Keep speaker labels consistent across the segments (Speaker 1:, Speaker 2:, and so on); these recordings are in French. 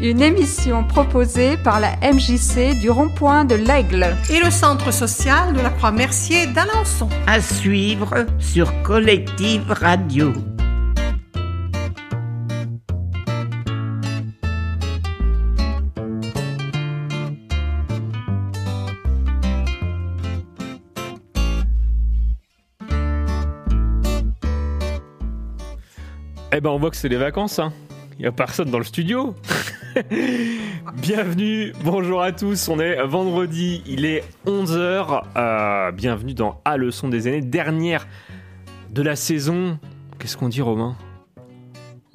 Speaker 1: une émission proposée par la MJC du rond-point de l'Aigle.
Speaker 2: et le Centre social de la Croix-Mercier d'Alençon.
Speaker 3: À suivre sur Collective Radio.
Speaker 4: Eh ben on voit que c'est les vacances, hein. Il y a personne dans le studio. bienvenue, bonjour à tous. On est vendredi, il est 11h. bienvenue dans A leçon des années, dernière de la saison. Qu'est-ce qu'on dit Romain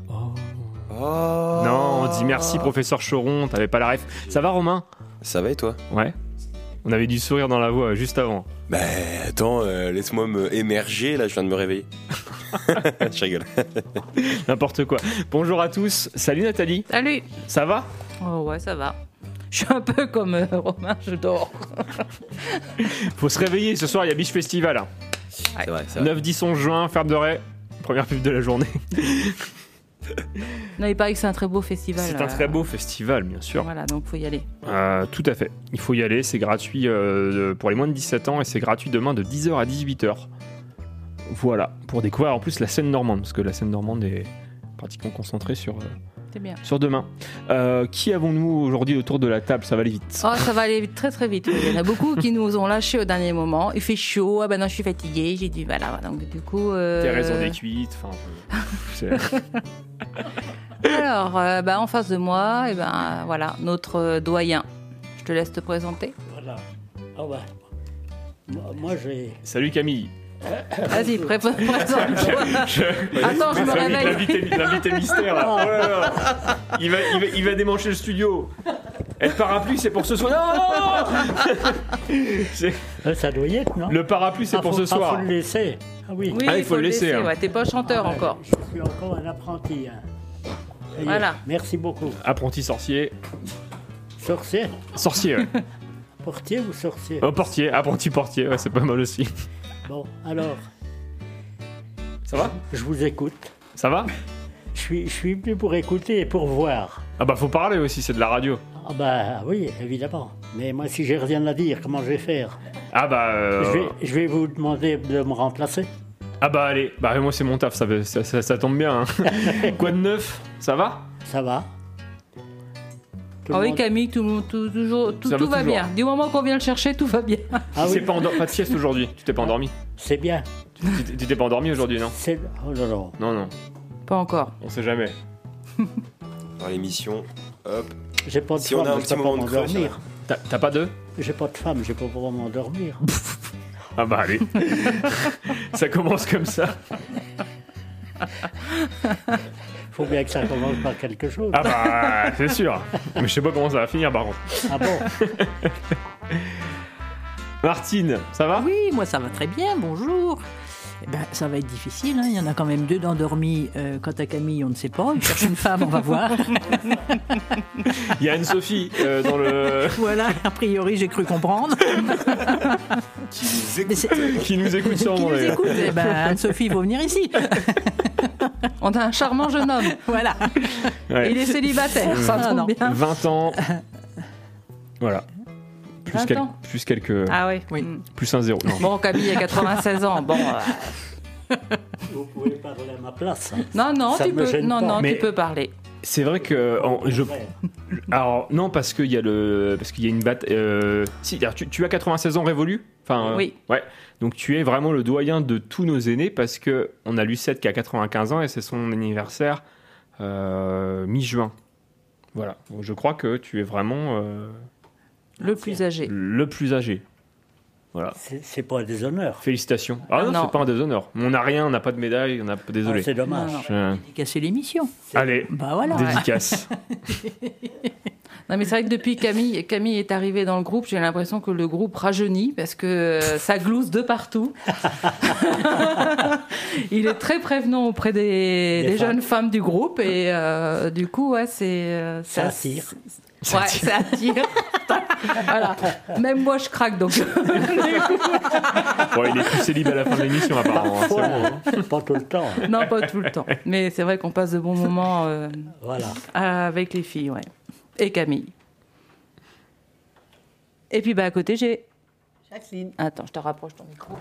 Speaker 4: Non, on dit merci professeur Choron, t'avais pas la ref. Ça va Romain
Speaker 5: Ça va et toi
Speaker 4: Ouais. On avait du sourire dans la voix euh, juste avant.
Speaker 5: Bah attends, euh, laisse-moi me émerger là, je viens de me réveiller. je rigole.
Speaker 4: N'importe quoi. Bonjour à tous. Salut Nathalie.
Speaker 6: Salut
Speaker 4: Ça va
Speaker 6: Oh ouais, ça va. Je suis un peu comme euh, Romain, je dors.
Speaker 4: Faut se réveiller ce soir, il y a Beach Festival. hein.
Speaker 5: C'est vrai, c'est vrai.
Speaker 4: 9, 10, 11 juin, ferme de Ray. Première pub de la journée.
Speaker 6: Non, il paraît que c'est un très beau festival.
Speaker 4: C'est un
Speaker 6: euh,
Speaker 4: très beau festival, bien sûr.
Speaker 6: Voilà, donc faut y aller.
Speaker 4: Euh, tout à fait. Il faut y aller. C'est gratuit euh, pour les moins de 17 ans et c'est gratuit demain de 10h à 18h. Voilà. Pour découvrir en plus la scène normande, parce que la scène normande est pratiquement concentrée sur, euh,
Speaker 6: C'est bien.
Speaker 4: sur demain. Euh, qui avons-nous aujourd'hui autour de la table Ça va aller vite.
Speaker 6: Oh, ça va aller très très vite. oui. Il y en a beaucoup qui nous ont lâchés au dernier moment. Il fait chaud. Ah ben non, je suis fatiguée. J'ai dit voilà. Donc du coup. euh,
Speaker 4: Tes raisons décuites. Enfin, euh, c'est-
Speaker 6: Alors, euh, bah, en face de moi, et ben voilà notre euh, doyen. Je te laisse te présenter.
Speaker 7: Voilà. Ah ouais. Moi, moi, j'ai.
Speaker 4: Salut Camille.
Speaker 6: Vas-y, pré- présente-toi. Attends, je me
Speaker 4: Salut,
Speaker 6: réveille.
Speaker 4: L'invité l'invité mystère. là. Oh là là. Il, va, il, va, il va démancher le studio. Être parapluie, c'est pour ce soir. Non C'est-
Speaker 7: Euh, Ça doit y être, non
Speaker 4: Le parapluie, c'est
Speaker 7: Ah,
Speaker 4: pour
Speaker 7: faut-
Speaker 4: ce
Speaker 7: ah,
Speaker 4: soir.
Speaker 7: faut le laisser. Ah oui.
Speaker 6: Oui,
Speaker 4: Ah, il faut le laisser, hein.
Speaker 6: ouais. T'es pas chanteur
Speaker 7: Ah,
Speaker 6: encore.
Speaker 7: Je suis encore un apprenti. hein. Ça y est.
Speaker 6: Voilà.
Speaker 7: Merci beaucoup.
Speaker 4: Apprenti sorcier.
Speaker 7: Sorcier
Speaker 4: Sorcier, ouais.
Speaker 7: Portier ou sorcier
Speaker 4: Oh, portier, apprenti portier, ouais, c'est pas mal aussi.
Speaker 7: Bon, alors,
Speaker 4: Ça va
Speaker 7: je vous écoute.
Speaker 4: Ça va
Speaker 7: Je suis, je suis venu pour écouter et pour voir.
Speaker 4: Ah bah faut parler aussi, c'est de la radio.
Speaker 7: Ah bah oui, évidemment. Mais moi, si j'ai rien à dire, comment je vais faire
Speaker 4: Ah bah... euh,
Speaker 7: je, vais, je vais vous demander de me remplacer.
Speaker 4: Ah bah allez, bah moi c'est mon taf, ça, veut- ça, ça- ça tombe bien. hein. Quoi de neuf Ça va
Speaker 7: Ça va Tout le
Speaker 6: Ah oui,
Speaker 7: monde-
Speaker 6: Camille, tout, le monde- tout- toujours, tout,
Speaker 4: Ça
Speaker 6: tout va
Speaker 4: va toujours.
Speaker 6: bien. Du moment qu'on vient le chercher, tout va bien. Eh
Speaker 7: Ah
Speaker 4: Tu
Speaker 7: oui,
Speaker 4: t'es pas, endor- pas de sieste aujourd'hui, tu t'es pas endormi
Speaker 7: c'est bien.
Speaker 4: Tu t'es- tu t'es pas endormi aujourd'hui, non
Speaker 7: C'est... Oh là là.
Speaker 4: Non, non,
Speaker 6: Pas encore.
Speaker 4: on sait jamais.
Speaker 5: Dans l'émission, hop.
Speaker 7: J'ai pas de
Speaker 5: Si on
Speaker 7: femme,
Speaker 5: a un
Speaker 7: je
Speaker 5: petit
Speaker 7: peux
Speaker 5: moment
Speaker 7: pas
Speaker 5: de creux, ça
Speaker 7: m'endormir.
Speaker 4: T'as- T'as pas deux
Speaker 7: J'ai pas de femme, je peux pas m'endormir.
Speaker 4: Ah bah allez. ça commence comme ça.
Speaker 7: Faut bien que ça commence par quelque chose.
Speaker 4: Ah bah c'est sûr. Mais je sais pas comment ça va finir par contre.
Speaker 7: Ah bon
Speaker 4: Martine, ça va
Speaker 8: Oui, moi ça va très bien, bonjour. Eh Ben, ça va être difficile, hein, il y en a quand même deux d'endormis. Euh, quant à Camille, on ne sait pas, il cherche une femme, on va voir.
Speaker 4: Il y a Anne-Sophie euh, dans le...
Speaker 8: Voilà, a priori j'ai cru comprendre.
Speaker 5: Qui nous écoute
Speaker 8: Mais c'est-
Speaker 4: qui nous écoute
Speaker 8: Qui
Speaker 4: sûrement
Speaker 8: nous
Speaker 4: d'ailleurs.
Speaker 8: écoute Eh ben, Anne-Sophie, il faut venir ici.
Speaker 6: On a un charmant jeune homme.
Speaker 8: Voilà.
Speaker 4: Ouais.
Speaker 6: Il est célibataire, ça
Speaker 8: Ah,
Speaker 6: tombe
Speaker 8: non.
Speaker 6: bien.
Speaker 4: 20 ans. Voilà. Plus,
Speaker 6: 20
Speaker 4: quel-
Speaker 6: ans.
Speaker 4: plus quelques.
Speaker 6: Ah oui.
Speaker 8: Oui.
Speaker 6: Mm.
Speaker 4: Plus un zéro. Non.
Speaker 6: Bon, Camille a 96 ans. Bon, euh,
Speaker 7: Vous pouvez parler à ma place. hein.
Speaker 6: non, non,
Speaker 7: Ça
Speaker 6: tu
Speaker 7: me
Speaker 6: peux,
Speaker 7: gêne
Speaker 6: non,
Speaker 7: pas.
Speaker 6: non,
Speaker 4: Mais-
Speaker 6: tu peux parler.
Speaker 4: C'est vrai que. en- je, alors, non, parce qu'il y a le. Parce qu'il y a une batte. euh, si, alors, tu, tu as 96 ans révolu enfin, euh,
Speaker 6: Oui.
Speaker 4: Ouais. Donc tu es vraiment le doyen de tous nos aînés parce que on a Lucette qui a 95 ans et c'est son anniversaire euh, mi-juin. Voilà. Donc, je crois que tu es vraiment euh,
Speaker 6: Le plus âgé.
Speaker 4: le plus âgé. Voilà.
Speaker 7: C'est c'est pas un déshonneur.
Speaker 4: Félicitations. Ah non,
Speaker 6: Non.
Speaker 4: c'est pas un déshonneur. On n'a rien, on n'a pas de médaille, on n'a pas. Désolé.
Speaker 7: Ah, c'est dommage.
Speaker 6: Non, non.
Speaker 4: Je-
Speaker 8: Casser l'émission.
Speaker 4: Allez,
Speaker 8: Bah voilà.
Speaker 4: dédicace.
Speaker 6: Non, mais c'est vrai que depuis Camille, Camille est arrivée dans le groupe, j'ai l'impression que le groupe rajeunit parce que euh, ça glousse de partout. Il est très prévenant auprès des,
Speaker 7: Des
Speaker 6: des
Speaker 7: femmes.
Speaker 6: jeunes femmes du groupe et euh, du coup, ouais, c'est. euh,
Speaker 7: Ça
Speaker 6: c'est-
Speaker 7: attire.
Speaker 6: Ouais, ça attire. voilà. Même moi, je craque donc.
Speaker 4: Bon, il est plus célib à la fin de l'émission, apparemment. hein, c'est bon.
Speaker 7: Voilà. Pas tout le temps.
Speaker 6: Non, pas tout le temps. Mais c'est vrai qu'on passe de bons moments euh,
Speaker 7: Voilà.
Speaker 6: avec les filles, ouais. et Camille. Et puis bah, à côté, j'ai.
Speaker 9: Jacqueline.
Speaker 6: Attends, je te rapproche ton micro.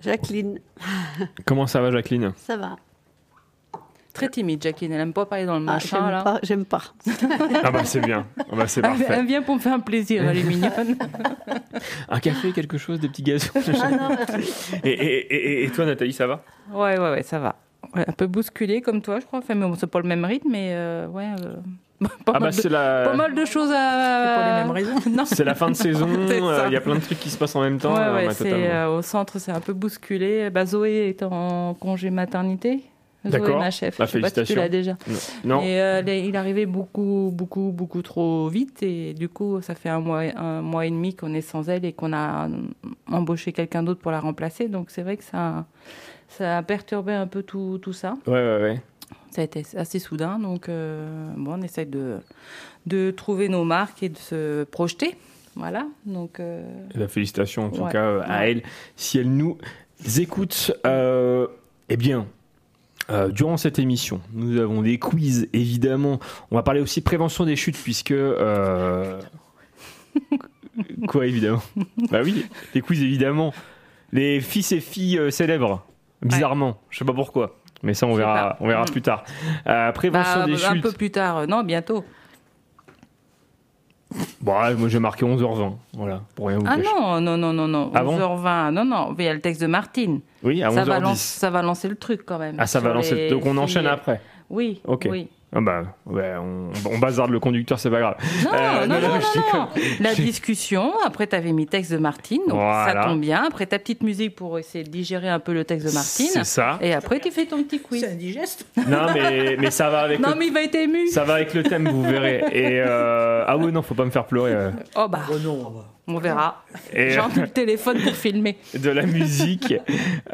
Speaker 9: Jacqueline,
Speaker 4: Comment ça va, Jacqueline
Speaker 9: ça va.
Speaker 6: Très timide, Jacqueline. Elle aime pas parler dans le
Speaker 9: Ah,
Speaker 6: machin,
Speaker 9: j'aime
Speaker 6: là.
Speaker 9: pas, j'aime pas.
Speaker 4: Ah bah c'est bien, ah bah, c'est
Speaker 6: Elle-
Speaker 4: parfait.
Speaker 6: Elle vient pour me faire un plaisir, elle est mignonne. euh,
Speaker 4: Un café, quelque chose, des petits gazons.
Speaker 9: Ah,
Speaker 6: Ah,
Speaker 4: et, et- et- et toi, Nathalie, ça va
Speaker 6: Ouais, ouais, ouais, ça va. Ouais, un peu bousculé comme toi, je crois. Enfin, mais bon, c'est pas le même rythme, mais euh, ouais. euh, pas,
Speaker 4: Ah bah
Speaker 6: mal de,
Speaker 4: c'est la...
Speaker 6: pas mal de choses
Speaker 8: C'est
Speaker 6: à.
Speaker 8: pour les mêmes raisons.
Speaker 6: non.
Speaker 4: C'est la fin de saison,
Speaker 6: C'est ça.
Speaker 4: euh, il y a plein de trucs qui se passent en même temps.
Speaker 6: Ouais,
Speaker 4: euh,
Speaker 6: ouais,
Speaker 4: bah,
Speaker 6: c'est,
Speaker 4: totalement.
Speaker 6: euh, au centre, c'est un peu bousculé. Bah, Zoé est en congé maternité.
Speaker 4: D'accord.
Speaker 6: Zoé, ma chef.
Speaker 4: Bah,
Speaker 6: je sais pas si tu
Speaker 4: félicitations.
Speaker 6: l'as déjà.
Speaker 4: Non,
Speaker 6: Et euh, elle est- il arrivait beaucoup, beaucoup, beaucoup trop vite. Et du coup, ça fait un mois, un mois et demi qu'on est sans elle et qu'on a euh, embauché quelqu'un d'autre pour la remplacer. Donc, c'est vrai que ça, ça a perturbé un peu tout, tout ça.
Speaker 4: ouais, ouais, ouais.
Speaker 6: Ça a été assez soudain. Donc, euh, bon, on essaye de, de trouver nos marques et de se projeter. Voilà. Donc, euh,
Speaker 4: Eh ben, félicitations en tout
Speaker 6: Ouais.
Speaker 4: cas euh, à
Speaker 6: Ouais.
Speaker 4: elle. Si elle nous écoute, euh, eh bien, euh, durant cette émission, nous avons des quiz évidemment. On va parler aussi de prévention des chutes puisque. euh, Quoi évidemment Bah oui, des quiz évidemment. Les fils et filles euh, célèbres, bizarrement, je sais pas pourquoi. Mais ça, on
Speaker 6: Je sais
Speaker 4: verra,
Speaker 6: pas.
Speaker 4: on verra
Speaker 6: Mm.
Speaker 4: plus tard. Euh, prévention
Speaker 6: Bah,
Speaker 4: des
Speaker 6: un
Speaker 4: chutes.
Speaker 6: peu plus tard, euh, non, bientôt.
Speaker 4: Bon, ouais, moi j'ai marqué 11h20, voilà, pour rien vous
Speaker 6: Ah
Speaker 4: cacher.
Speaker 6: non, non, non, non, non.
Speaker 4: Ah bon
Speaker 6: 11h20, non, non. Mais Il y a le texte de Martine.
Speaker 4: Oui, à
Speaker 6: ça, va
Speaker 4: 11h10.
Speaker 6: lancer, ça va lancer le truc quand même.
Speaker 4: Ah, ça va
Speaker 6: Sur
Speaker 4: lancer.
Speaker 6: les
Speaker 4: Donc on
Speaker 6: filles.
Speaker 4: enchaîne après.
Speaker 6: Oui.
Speaker 4: Ok.
Speaker 6: oui.
Speaker 4: Ah bah, ouais, on, on bazarde le conducteur, c'est pas grave.
Speaker 6: Non,
Speaker 4: Euh,
Speaker 6: non,
Speaker 4: non,
Speaker 6: non,
Speaker 4: non,
Speaker 6: non,
Speaker 4: je
Speaker 6: non. La discussion, après t'avais mis texte de Martine, donc
Speaker 4: Voilà.
Speaker 6: ça tombe bien. Après ta petite musique pour essayer de digérer un peu le texte de
Speaker 4: C'est
Speaker 6: Martine.
Speaker 4: ça.
Speaker 6: Et après tu fais ton petit
Speaker 8: C'est
Speaker 6: quiz.
Speaker 8: indigeste.
Speaker 4: Non, mais, mais ça va avec
Speaker 6: Non,
Speaker 4: le...
Speaker 6: mais il va être ému.
Speaker 4: Ça va avec le thème, vous verrez. Et euh, ah ouais, non, faut pas me faire pleurer. euh.
Speaker 6: Oh bah,
Speaker 8: Oh non, bah.
Speaker 6: on verra.
Speaker 4: Et
Speaker 6: J'ai
Speaker 4: euh,
Speaker 6: entendu le téléphone pour filmer.
Speaker 4: de la musique,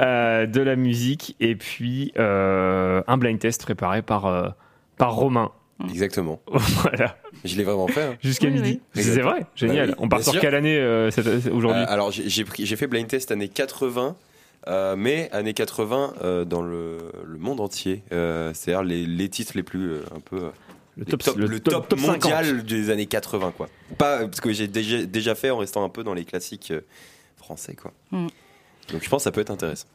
Speaker 4: euh, de la musique, et puis euh, un blind test préparé par euh, par Romain.
Speaker 5: Exactement.
Speaker 4: voilà,
Speaker 5: Je l'ai vraiment fait. hein.
Speaker 4: jusqu'à
Speaker 6: Oui,
Speaker 4: midi.
Speaker 5: oui.
Speaker 4: C'est vrai, génial.
Speaker 5: Bah oui,
Speaker 4: On part
Speaker 5: bien
Speaker 4: sur
Speaker 5: sûr.
Speaker 4: quelle année euh, cette- aujourd'hui
Speaker 5: Euh, alors j'ai j'ai pris- j'ai fait blind test années 80, euh, mais années 80 euh, dans le, le monde entier. Euh, C'est-à-dire les, les titres les plus euh, un peu euh,
Speaker 4: Le
Speaker 5: les
Speaker 4: top,
Speaker 5: top-
Speaker 4: le top- top 50.
Speaker 5: mondial des années 80 quoi. Pas parce que j'ai déjà, déjà fait en restant un peu dans les classiques euh, français quoi.
Speaker 6: Mm.
Speaker 5: Donc je pense que ça peut être intéressant.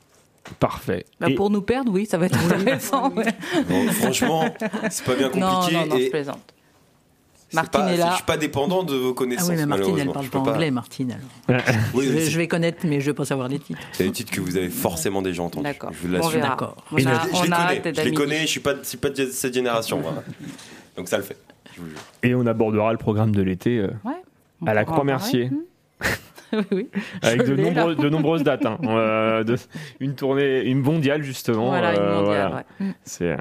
Speaker 4: Parfait.
Speaker 6: Bah,
Speaker 4: Et-
Speaker 6: Pour nous perdre, oui, ça va être intéressant. ouais.
Speaker 5: Bon, franchement, c'est pas bien
Speaker 6: Non,
Speaker 5: compliqué
Speaker 6: non, non, je
Speaker 5: et
Speaker 6: plaisante.
Speaker 5: c'est
Speaker 6: Martine
Speaker 5: pas-
Speaker 6: est là.
Speaker 5: Je suis pas dépendant de vos
Speaker 8: Ah
Speaker 5: connaissances
Speaker 8: oui, mais Martine, elle
Speaker 5: malheureusement.
Speaker 8: parle
Speaker 5: Je
Speaker 8: pas
Speaker 5: peux
Speaker 8: anglais, Martine. alors.
Speaker 5: Oui,
Speaker 8: Je,
Speaker 5: mais
Speaker 8: vais-
Speaker 5: c'est-
Speaker 8: je vais connaître, mais je ne vais pas savoir les titres.
Speaker 5: c'est des titres que vous avez forcément déjà entendus.
Speaker 6: D'accord.
Speaker 5: Je vous
Speaker 6: On
Speaker 5: l'assure.
Speaker 6: verra.
Speaker 8: D'accord.
Speaker 6: On
Speaker 5: Je les-
Speaker 6: a-
Speaker 5: je
Speaker 6: on a
Speaker 5: les connais,
Speaker 6: hâte d'être
Speaker 5: je les
Speaker 6: amis.
Speaker 5: connais, je suis pas, je suis pas de cette génération. moi. Donc ça le fait. je vous jure.
Speaker 4: Et on abordera le programme de l'été euh,
Speaker 6: Ouais. On
Speaker 4: à la
Speaker 6: pourra en
Speaker 4: Croix-Mercier.
Speaker 6: parler. oui, oui.
Speaker 4: Avec
Speaker 6: Je
Speaker 4: de,
Speaker 6: l'ai, là.
Speaker 4: nombreux- de nombreuses dates. hein. Euh, de- une tournée, une mondiale justement.
Speaker 6: voilà, une
Speaker 4: euh,
Speaker 6: mondiale,
Speaker 4: voilà.
Speaker 8: Mm.
Speaker 6: ouais.
Speaker 4: C'est. euh,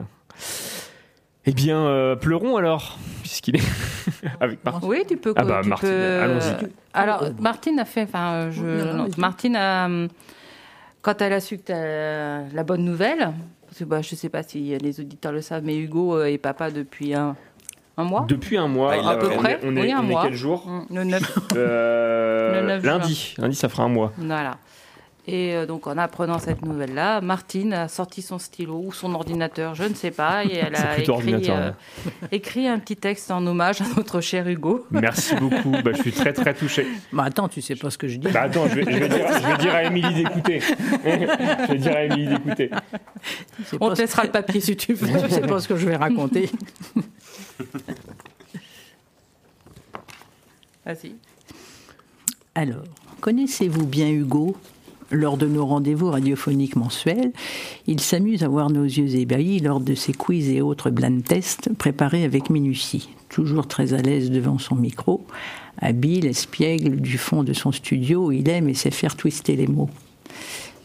Speaker 4: Eh bien, euh, pleurons alors, puisqu'il est avec Marc.
Speaker 6: Oui, tu peux.
Speaker 4: Ah bah,
Speaker 6: tu
Speaker 4: Martine,
Speaker 6: peux- euh,
Speaker 4: allons-y.
Speaker 6: Alors, Martine a fait. Enfin, euh, je.
Speaker 8: Non, non,
Speaker 6: non,
Speaker 8: vas-y.
Speaker 6: Martine a. euh, Quand elle a su que t'as euh, la bonne nouvelle, parce que bah, je sais pas si les auditeurs le savent, mais Hugo euh, est papa depuis un, un mois.
Speaker 4: Depuis un mois,
Speaker 5: Ah, il
Speaker 4: euh,
Speaker 5: l'a fait.
Speaker 4: on,
Speaker 6: Près
Speaker 4: est, on est-
Speaker 6: Oui, un
Speaker 4: on est
Speaker 6: mois.
Speaker 4: quel jour
Speaker 6: Mm, Le 9.
Speaker 4: Euh,
Speaker 6: Le neuf juin.
Speaker 4: Lundi. Lundi, ça fera un mois.
Speaker 6: voilà. Et euh, donc, en apprenant cette nouvelle-là, Martine a sorti son stylo ou son ordinateur, je ne sais pas, et elle
Speaker 4: C'est
Speaker 6: a
Speaker 4: plutôt
Speaker 6: écrit,
Speaker 4: ordinateur,
Speaker 6: euh, écrit un petit texte en hommage à notre cher Hugo.
Speaker 4: Merci beaucoup. Bah, je suis très très touché.
Speaker 8: Mais Bah, attends, tu sais pas ce que je dis.
Speaker 4: Bah, attends, je vais, je vais dire, je vais dire à Émilie d'écouter. je vais dire à Émilie d'écouter.
Speaker 8: Tu sais
Speaker 6: On
Speaker 8: pas
Speaker 6: te
Speaker 8: ce-
Speaker 6: laissera le papier si tu veux.
Speaker 8: Je sais pas ce que je vais raconter.
Speaker 6: Vas-y.
Speaker 8: Alors, connaissez-vous bien Hugo Lors de nos rendez-vous radiophoniques mensuels, il s'amuse à voir nos yeux ébahis lors de ses quiz et autres blind tests préparés avec minutie. Toujours très à l'aise devant son micro, habile, espiègle du fond de son studio, il aime et sait faire twister les mots.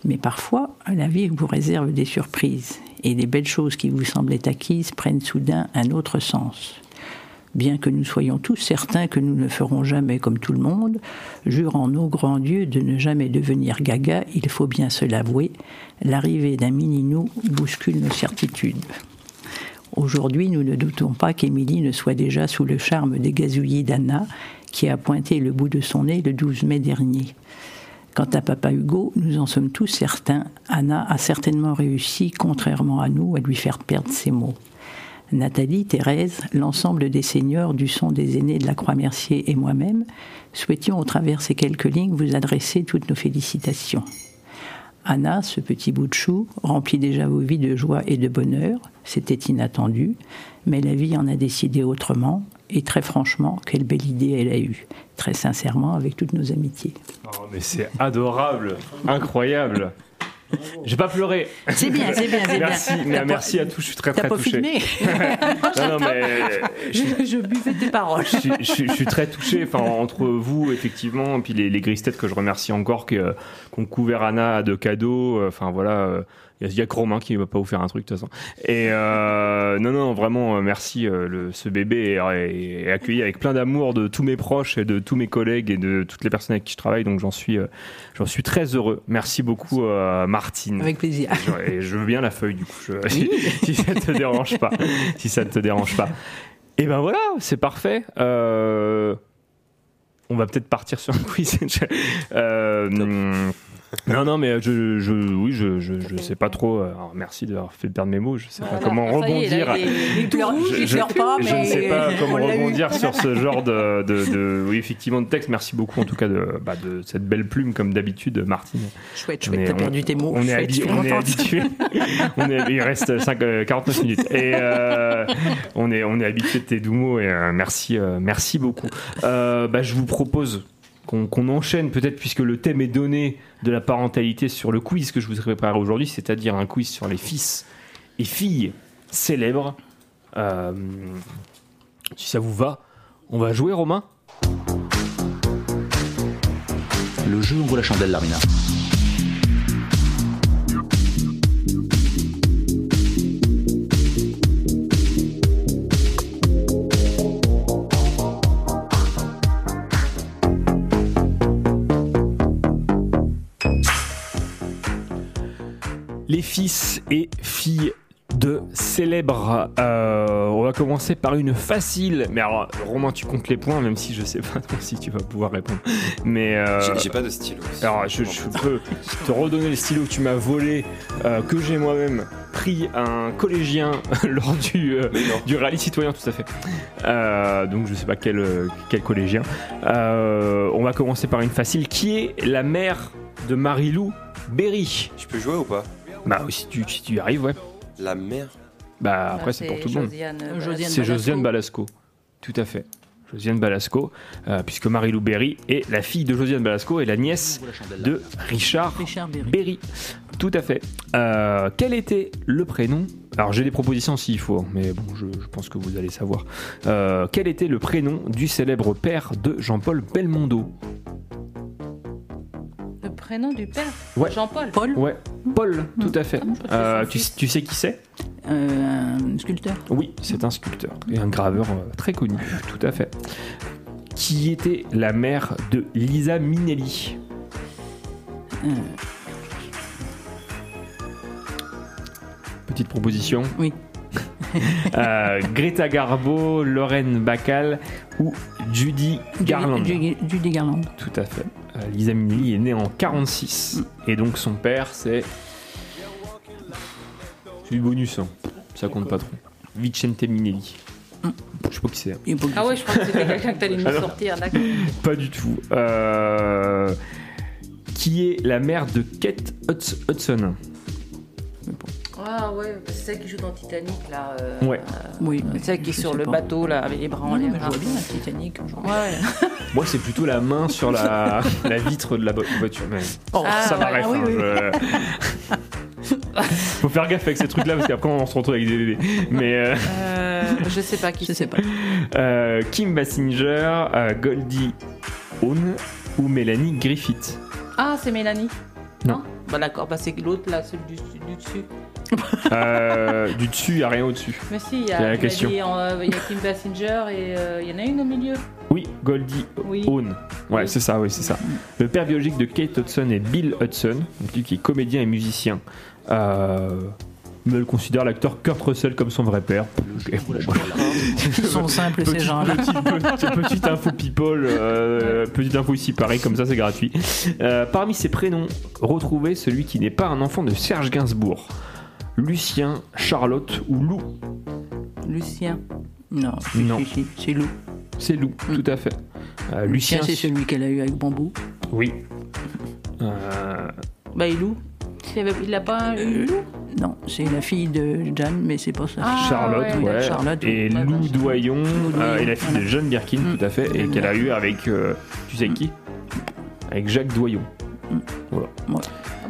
Speaker 8: Mais parfois, la vie vous réserve des surprises, et des belles choses qui vous semblaient acquises prennent soudain un autre sens. Bien que nous soyons tous certains que nous ne ferons jamais comme tout le monde, jure en nos grands dieux de ne jamais devenir gaga, il faut bien se l'avouer, l'arrivée d'un mini-nous bouscule nos certitudes. Aujourd'hui, nous ne doutons pas qu'Émilie ne soit déjà sous le charme des gazouillis d'Anna, qui a pointé le bout de son nez le 12 mai dernier. Quant à Papa Hugo, nous en sommes tous certains, Anna a certainement réussi, contrairement à nous, à lui faire perdre ses mots. Nathalie, Thérèse, l'ensemble des seigneurs du son des aînés de la Croix-Mercier et moi-même souhaitions au travers ces quelques lignes vous adresser toutes nos félicitations. Anna, ce petit bout de chou, remplit déjà vos vies de joie et de bonheur. C'était inattendu, mais la vie en a décidé autrement. Et très franchement, quelle belle idée elle a eue. Très sincèrement, avec toutes nos amitiés.
Speaker 4: Oh, mais c'est adorable, incroyable. J'ai pas pleuré.
Speaker 8: C'est bien, c'est bien, c'est bien.
Speaker 4: Merci, mais
Speaker 8: T'as pas-
Speaker 4: merci à tous. Je suis très
Speaker 8: T'as
Speaker 4: très
Speaker 8: pas
Speaker 4: touché.
Speaker 8: filmé
Speaker 4: Non, non, mais euh,
Speaker 6: Je, je buvais tes paroles.
Speaker 4: je, suis- je suis- je suis très touché enfin, entre vous, effectivement, et puis les, les grises têtes que je remercie encore, qui euh, qui ont couvert Anna de cadeaux. euh, Enfin, voilà, il y, a que Romain qui va pas vous faire un truc, de toute façon. Et euh, non, non, vraiment, euh, merci. euh, le- ce bébé est, est- est accueilli avec plein d'amour de tous mes proches et de tous mes collègues et de toutes les personnes avec qui je travaille. Donc, j'en suis, euh, j'en suis très heureux. Merci beaucoup, euh, Martine.
Speaker 8: Avec plaisir.
Speaker 4: Je- Et je veux bien la feuille du coup, je- si, si ça te dérange pas, si ça te dérange pas. Et ben voilà, c'est parfait. Euh, on va peut-être partir sur un quiz. Euh, hum, non, non, mais je, je- oui, je, je, je sais pas trop. Alors, merci d'avoir fait perdre mes mots. Je sais pas comment rebondir.
Speaker 8: Tout rouge,
Speaker 4: Je-
Speaker 8: il
Speaker 4: je-
Speaker 8: pleure pas, mais
Speaker 4: Je ne sais pas comment
Speaker 8: on l'a eu.
Speaker 4: rebondir sur ce genre de, de- de- oui, effectivement, de texte. Merci beaucoup en tout cas de, bah, de cette belle plume comme d'habitude, Martine.
Speaker 8: Chouette,
Speaker 4: On est-
Speaker 8: chouette, t'as
Speaker 4: on-
Speaker 8: perdu tes mots.
Speaker 4: On est, habi-
Speaker 8: chouette, je suis
Speaker 4: on est
Speaker 8: contente.
Speaker 4: habitué. on est- il reste 5, 49 minutes. Et euh, on est, on est habitué de tes doux mots. Et euh, merci, euh, merci beaucoup. Euh, bah, je vous propose qu'on qu'on enchaîne peut-être, puisque le thème est donné de la parentalité sur le quiz que je vous ai préparé aujourd'hui, c'est-à-dire un quiz sur les fils et filles célèbres. Euh, si ça vous va, on va jouer, Romain
Speaker 10: Le jeu envoie la chandelle, Larmina.
Speaker 4: les fils et filles de célèbres. Euh, on va commencer par une facile. Mais alors, Romain, tu comptes les points, même si je sais pas trop si tu vas pouvoir répondre. Mais euh,
Speaker 5: J'ai- J'ai pas de stylo.
Speaker 4: alors, je, je peux te redonner le stylo que tu m'as volé, euh, que j'ai moi-même pris à un collégien lors du, euh,
Speaker 5: Mais non.
Speaker 4: du rallye citoyen, tout à fait. Euh, donc je sais pas quel, euh, quel collégien. Euh, on va commencer par une facile. Qui est la mère de Marie-Lou Berry
Speaker 5: Je peux jouer ou pas
Speaker 4: bah si tu, si tu y arrives, ouais.
Speaker 5: La mère
Speaker 4: Bah après c'est pour tout le monde.
Speaker 6: Josiane,
Speaker 8: Josiane
Speaker 4: C'est
Speaker 8: Balasco.
Speaker 4: Josiane Balasco. Tout à fait. Josiane Balasco, euh, puisque Marie-Lou Berry est la fille de Josiane Balasco et la nièce de Richard
Speaker 8: Richard Berry.
Speaker 4: Berry. Tout à fait. Euh, quel était le prénom Alors j'ai des propositions s'il faut, hein, mais bon, je, je pense que vous allez savoir. Euh, quel était le prénom du célèbre père de Jean-Paul Belmondo
Speaker 6: Le prénom du père
Speaker 4: Ouais.
Speaker 6: Jean-Paul. Mmh. Ah
Speaker 8: Paul,
Speaker 4: Ouais, Paul, tout à fait.
Speaker 6: Comment je peux
Speaker 4: Euh,
Speaker 6: faire
Speaker 4: tu, tu sais qui c'est
Speaker 8: euh, un sculpteur.
Speaker 4: Oui, c'est un sculpteur et un graveur euh, très connu, tout à fait. Qui était la mère de Lisa Minelli
Speaker 8: Euh,
Speaker 4: Petite proposition.
Speaker 8: Oui.
Speaker 4: Euh, Greta Garbo, Lorraine Bacal ou Judy Garland.
Speaker 8: Judy, Judy Garland.
Speaker 4: Tout à fait. Euh, Lisa Minelli est née en 46 et donc son père c'est. C'est du bonus, hein. ça compte pas trop. Vicente Minelli. Je sais pas qui c'est. hein.
Speaker 8: Et Paul-
Speaker 6: Ah ouais, je pensais que c'était quelqu'un que t'allais nous sortir, d'accord.
Speaker 4: Pas du tout. Euh, Qui est la mère de Kate Huts- Hudson
Speaker 6: Ah ouais, c'est celle qui joue dans Titanic là. euh,
Speaker 4: Ouais.
Speaker 8: Oui,
Speaker 6: C'est celle qui est
Speaker 8: je
Speaker 6: sur
Speaker 8: sais
Speaker 6: le
Speaker 8: pas.
Speaker 6: bateau là, avec les bras en
Speaker 8: Non,
Speaker 6: l'air.
Speaker 8: mais je
Speaker 6: là.
Speaker 8: vois bien la Titanic. je vois.
Speaker 6: Ouais.
Speaker 4: Moi, c'est plutôt la main sur la, la vitre de la bo- voiture. Mais...
Speaker 6: Ah,
Speaker 4: ça
Speaker 6: ouais.
Speaker 4: m'arrête.
Speaker 8: Ah oui,
Speaker 4: hein, je- Faut faire gaffe avec ces trucs-là parce qu'après, on se retrouve avec des bébés. Mais euh,
Speaker 6: Euh, je sais pas qui
Speaker 8: Je
Speaker 6: c'est.
Speaker 8: sais pas.
Speaker 4: euh, Kim Basinger, euh, Goldie Hawn ou Mélanie Griffith
Speaker 6: Ah, c'est Mélanie
Speaker 4: Non.
Speaker 6: Bah d'accord, bah c'est l'autre là, celle du, du dessus.
Speaker 4: Euh, Du dessus, il n'y a rien au-dessus.
Speaker 6: Mais si, il y
Speaker 4: C'est la
Speaker 6: a, il y a
Speaker 4: question.
Speaker 6: des- en, euh, il y a Kim Basinger et euh, il y en a une au milieu.
Speaker 4: Oui, Goldie
Speaker 6: Oui.
Speaker 4: Own. Ouais,
Speaker 6: Oui.
Speaker 4: c'est ça, oui, c'est ça. Le père biologique de Kate Hudson est Bill Hudson, donc lui qui est comédien et musicien. Euh, mais elle considère l'acteur Kurt Russell comme son vrai père. Ok, bon, bah,
Speaker 8: Ils sont simples ces
Speaker 4: Petite-
Speaker 8: gens-là.
Speaker 4: petite, petite info people, euh, petite info ici, pareil, comme ça c'est gratuit. Euh, parmi ces prénoms, retrouvez celui qui n'est pas un enfant de Serge Gainsbourg. Lucien, Charlotte ou Lou
Speaker 6: Lucien.
Speaker 8: Non,
Speaker 4: Non.
Speaker 8: si, si, c'est Lou. Mm.
Speaker 4: C'est Lou, tout à fait. Euh, Lucien,
Speaker 8: Lucien, c'est celui qu'elle a eu avec Bambou.
Speaker 4: Oui. Euh,
Speaker 6: Bah, il loue. Il avait- il a pas eu Lou
Speaker 8: Non, c'est la fille de Jeanne, mais c'est pas ça.
Speaker 6: Ah,
Speaker 4: Charlotte,
Speaker 6: ouais.
Speaker 4: ouais.
Speaker 8: Charlotte,
Speaker 4: et
Speaker 8: ouais,
Speaker 4: Lou
Speaker 8: bah,
Speaker 4: Doyon, euh,
Speaker 8: Doyon,
Speaker 4: et la fille
Speaker 8: voilà.
Speaker 4: de John Birkin,
Speaker 8: Mm.
Speaker 4: tout à fait, et
Speaker 8: Mm.
Speaker 4: qu'elle a eu avec, euh, tu sais qui Avec Jacques Doyon.
Speaker 6: Ah,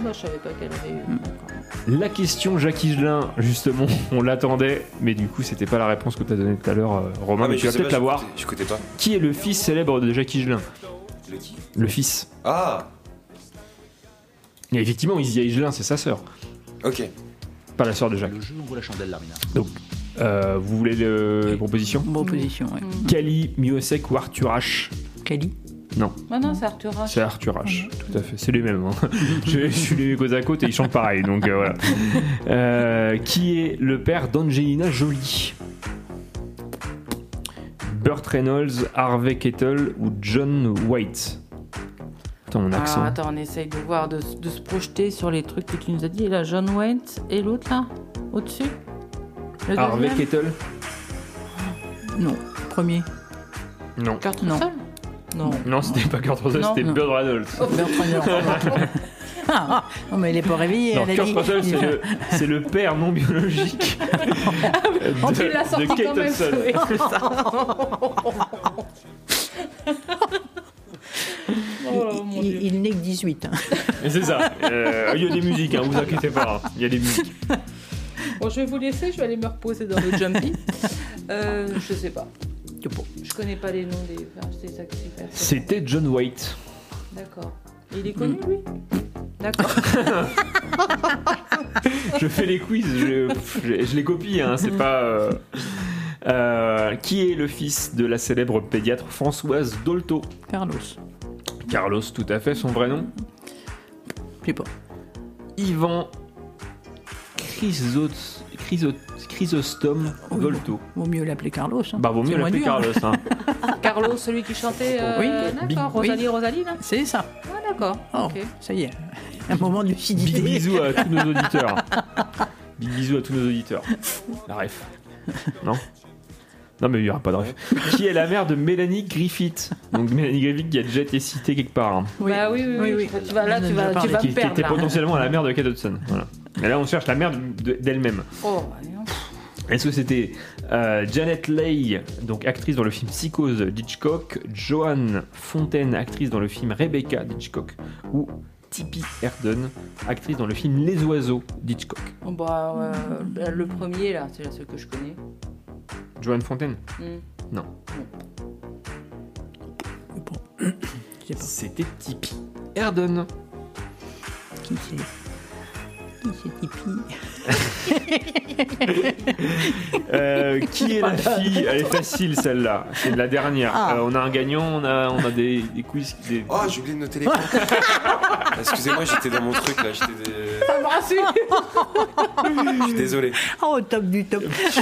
Speaker 6: bah, je savais pas qu'elle avait eu.
Speaker 4: La question Jacques Higelin, justement, on l'attendait, mais du coup, c'était pas la réponse que t'as donnée tout à l'heure, euh, Romain, mais,
Speaker 5: Ah, je
Speaker 4: tu vas
Speaker 5: sais
Speaker 4: peut-être
Speaker 5: pas,
Speaker 4: l'avoir.
Speaker 5: j'écoutais- J'écoutais pas.
Speaker 4: Qui est le fils célèbre de Jacques Higelin
Speaker 5: Le qui
Speaker 4: Le fils.
Speaker 5: Ah
Speaker 4: Et effectivement, Isia Higelin, c'est sa sœur,
Speaker 5: Ok.
Speaker 4: pas la sœur de Jacques.
Speaker 10: Le jeu envoie la chandelle, Larmina.
Speaker 4: Euh, vous voulez le- les propositions
Speaker 8: Bonne position, ouais.
Speaker 6: Mm.
Speaker 4: Kali, Miosek ou Arthur H
Speaker 8: Cali.
Speaker 6: Bah, non, c'est Arthur H.
Speaker 4: C'est Arthur H,
Speaker 6: Ah,
Speaker 4: tout à fait. C'est les mêmes. hein. je, je suis les côte à côte et ils chantent pareil, donc euh, voilà. Euh, qui est le père d'Angelina Jolie Burt Reynolds, Harvey Kettle ou John White Putain, mon accent.
Speaker 6: Ah, attends, on essaye de voir, de, de se projeter sur les trucs que tu nous as dit. Et là, John Wayne et l'autre là, au-dessus Le
Speaker 4: Harvey
Speaker 6: deuxième
Speaker 4: Kettle
Speaker 8: Non, premier.
Speaker 4: Non.
Speaker 6: Kurt
Speaker 8: Non.
Speaker 6: Russell Non.
Speaker 4: Non, c'était pas Kurt Russell,
Speaker 6: Non,
Speaker 4: c'était
Speaker 6: non.
Speaker 4: Burt Reynolds.
Speaker 8: Bert Reynolds. ah, ah, non, mais elle est pas réveillée.
Speaker 4: Non,
Speaker 8: elle a
Speaker 4: Kurt
Speaker 8: dit-
Speaker 4: Russell, c'est le, c'est le père non biologique de,
Speaker 6: Oh, tu l'as sorti
Speaker 4: de Kate
Speaker 6: quand même.
Speaker 4: Hudson.
Speaker 6: oui, c'est ça. Oh là, mon
Speaker 8: Il,
Speaker 6: Dieu.
Speaker 8: il- il n'est que 18. hein.
Speaker 4: Et C'est ça. Euh, Il y a des musiques, hein, vous inquiétez pas. hein. Il y a des musiques.
Speaker 6: Bon, je vais vous laisser, je vais aller me reposer dans le jumpy. Euh, je sais pas. Je connais pas les noms des, enfin, des actifs.
Speaker 4: C'était John White.
Speaker 6: D'accord. Il est
Speaker 4: Mm.
Speaker 6: connu, lui D'accord.
Speaker 4: Je fais les quiz, je, pff, je- je les copie, hein, c'est pas. euh, euh, qui est le fils de la célèbre pédiatre Françoise Dolto
Speaker 8: Carlos.
Speaker 4: Carlos, tout à fait, son vrai nom
Speaker 8: Je sais pas.
Speaker 4: Ivan Chrysot- Chrysot- Chrysostome Dolto.
Speaker 8: Vaut mieux l'appeler Carlos. hein.
Speaker 4: Bah, vaut
Speaker 8: C'est
Speaker 4: mieux
Speaker 8: moins
Speaker 4: l'appeler
Speaker 8: dur.
Speaker 4: Carlos. hein.
Speaker 6: Ah, Carlos, celui qui chantait. euh,
Speaker 8: Oui.
Speaker 6: D'accord.
Speaker 8: Oui.
Speaker 6: Rosalie, Rosalie, là
Speaker 8: C'est ça.
Speaker 6: Ah, d'accord.
Speaker 8: Oh,
Speaker 6: Ok.
Speaker 8: ça y est. Un moment de
Speaker 4: Big
Speaker 8: lucidité.
Speaker 4: bisous à tous nos auditeurs.
Speaker 6: Ah,
Speaker 4: Big bisous à tous nos auditeurs. La ref. Non Non, mais il n'y aura pas de ref. Qui est la mère de Mélanie Griffith Donc Mélanie Griffith qui a déjà été citée quelque part. hein.
Speaker 6: Bah oui, oui, oui. je- Tu vas, là,
Speaker 8: On en a
Speaker 6: tu vas,
Speaker 8: déjà
Speaker 6: tu vas
Speaker 4: qui,
Speaker 6: me
Speaker 4: qui
Speaker 6: perdre.
Speaker 4: était
Speaker 6: là.
Speaker 4: potentiellement la mère de Kate Hudson. Voilà. Et là, on cherche la mère de- d'elle-même.
Speaker 6: Oh, bah, non.
Speaker 4: Est-ce que c'était euh, Janet Leigh, donc actrice dans le film Psychose d'Hitchcock, Joanne Fontaine, actrice dans le film Rebecca d'Hitchcock, ou Tippi Erden, actrice dans le film Les Oiseaux d'Hitchcock
Speaker 6: Bon, bah, euh, le premier, là, c'est la seule que je connais.
Speaker 4: Joanne Fontaine
Speaker 6: Hmm.
Speaker 8: Bon, je sais pas
Speaker 4: C'était Tipeee. Erden.
Speaker 8: qui c'est. Qui c'est Tipeee
Speaker 4: Euh, qui est la fille Elle est facile celle-là. C'est la dernière.
Speaker 8: Ah.
Speaker 4: Euh, on a un gagnant, on a, on a des, des quiz. Des...
Speaker 5: Oh, j'ai oublié de noter les points. Excusez-moi, j'étais dans mon truc là. J'étais des- Je suis désolé.
Speaker 8: Oh, au top du top.
Speaker 5: Je,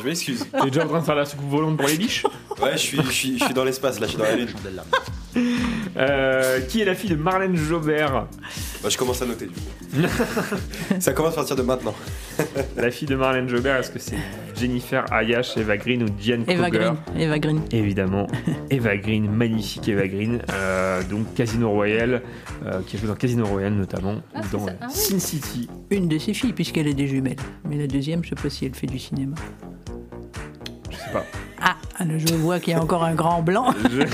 Speaker 5: je m'excuse.
Speaker 4: T'es déjà en train de faire la soucoupe volante pour les biches
Speaker 5: Ouais, je suis, je, suis, je suis dans l'espace là, je suis dans la lune.
Speaker 10: Chandelle, Larmina.
Speaker 4: Euh, Qui est la fille de Marlène Jobert
Speaker 5: Bah, je commence à noter du coup. Ça commence à partir de maintenant.
Speaker 4: La fille de Marlène Jobert, est-ce que c'est Jennifer Ayash, Eva Green ou Diane Kruger
Speaker 8: Eva Green. Eva Green.
Speaker 4: Évidemment, Eva Green, magnifique Eva Green, euh, donc Casino Royale, euh, qui a joué dans Casino Royale notamment,
Speaker 6: Ah,
Speaker 4: ou
Speaker 6: c'est
Speaker 4: dans
Speaker 6: ça.
Speaker 4: euh,
Speaker 6: Ah oui.
Speaker 4: Sin City,
Speaker 8: Une de ses filles, puisqu'elle est des jumelles. Mais la deuxième, je sais pas si elle fait du cinéma.
Speaker 4: je sais pas.
Speaker 8: Ah, ah, là, je vois qu'il y a encore un grand blanc.
Speaker 4: Je...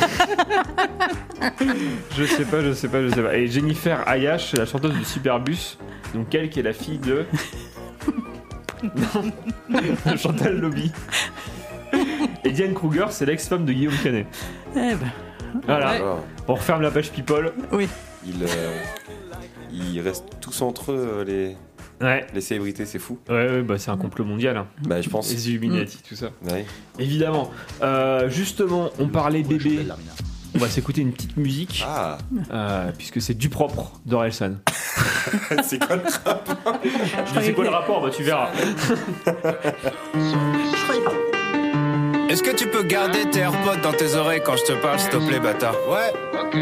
Speaker 4: Je sais pas, je sais pas, je sais pas. Et Jennifer Ayash, la chanteuse de Superbus, donc elle qui est la fille de. Non, de Chantal Lobby. Et Diane Kruger, c'est l'ex-femme de Guillaume Canet.
Speaker 8: Eh ben,
Speaker 4: Voilà,
Speaker 5: Alors,
Speaker 4: on referme la page People.
Speaker 5: ils, euh, ils restent tous entre eux, euh, les,
Speaker 4: Ouais,
Speaker 5: les célébrités, c'est fou.
Speaker 4: ouais, ouais, bah c'est un complot mondial. hein.
Speaker 5: Bah, je pense.
Speaker 4: Les Illuminati,
Speaker 6: Mm.
Speaker 4: tout ça.
Speaker 5: Ouais.
Speaker 4: Évidemment. Euh, justement, on
Speaker 10: Le
Speaker 4: parlait
Speaker 10: jeu envoie la
Speaker 4: bébé.
Speaker 10: chandelle, Larmina.
Speaker 4: On va s'écouter une petite musique,
Speaker 5: Ah,
Speaker 4: euh, puisque c'est du propre d'Orelsan.
Speaker 5: c'est quoi le-
Speaker 4: Je sais quoi le rapport, bah tu verras.
Speaker 11: Est-ce que tu peux garder tes AirPods dans tes oreilles quand je te parle, s'il te plaît, bâtard Ouais. Ok.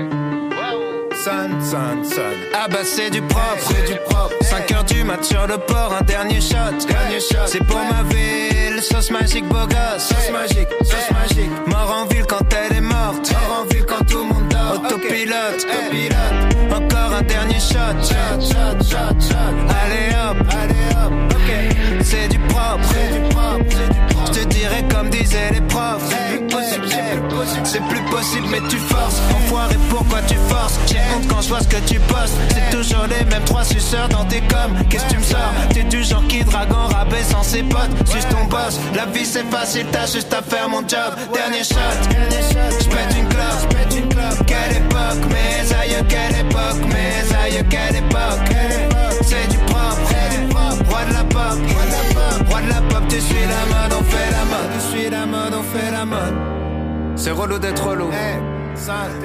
Speaker 11: sonne, sonne, sonne. Ah bah c'est du propre, du propre. 5 heures du mat sur le port, un dernier shot, dernier shot. C'est pour ma ville, sauce magique, beau gosse. Sauce magique, sauce magique. Mort en ville quand elle est morte. Mort en ville quand tout le monde dort. Autopilote, autopilote. Encore un dernier shot, shot, shot, shot, shot. Allez hop, allez hop, ok. C'est du propre, c'est du propre, c'est du propre. Je te dirais comme disaient les profs. C'est plus possible, c'est plus possible. C'est plus possible, mais tu forces. Enfoiré, pourquoi tu forces J'ai honte quand je vois ce que tu postes. C'est toujours les mêmes trois suceurs dans tes coms. Qu'est-ce que tu me sors T'es du genre qui drague en rabais sans ses potes. Juste ton boss. La vie c'est facile, t'as juste à faire mon job. Dernier shot, j'pète une clope. Quelle époque, mes aïeux, quelle époque, mes aïeux, quelle époque. C'est du propre, roi de la pop, roi de la pop. Tu suis la mode, on fait la mode, tu suis la mode, on fait la mode. C'est relou d'être relou.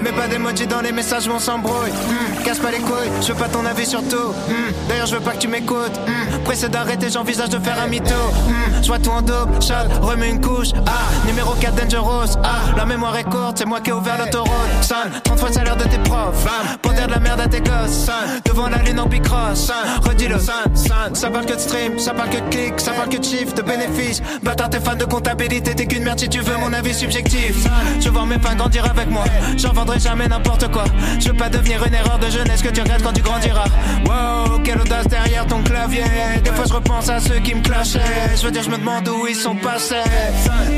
Speaker 11: Mais pas d'emoji dans les messages, on s'embrouille. Hmm, Casse pas les couilles, je veux pas ton avis sur tout. Hmm, D'ailleurs, je veux pas que tu m'écoutes. Hmm, Pressé d'arrêter, j'envisage de faire un mytho. Hmm, Je vois tout en double, chat, remets une couche. Ah, numéro 4 Dangerous. Ah, la mémoire est courte, c'est moi qui ai ouvert l'autoroute. Son, 30 fois salaire de tes profs. Bam, pour dire de la merde à tes gosses. Son, devant la lune en bicross. Son, redis-le. Son, son, ça parle que de stream, ça parle que de clics, ça parle que de chiffres, de bénéfices. Bâtard, t'es fan de comptabilité, t'es qu'une merde si tu veux mon avis subjectif. Je vois mes fans grandir avec moi. J'en vendrai jamais n'importe quoi. Je veux pas devenir une erreur de jeunesse que tu regrettes quand tu grandiras. Wow, quelle audace derrière ton clavier. Des fois je repense à ceux qui me clashaient. Je veux dire, je me demande où ils sont passés.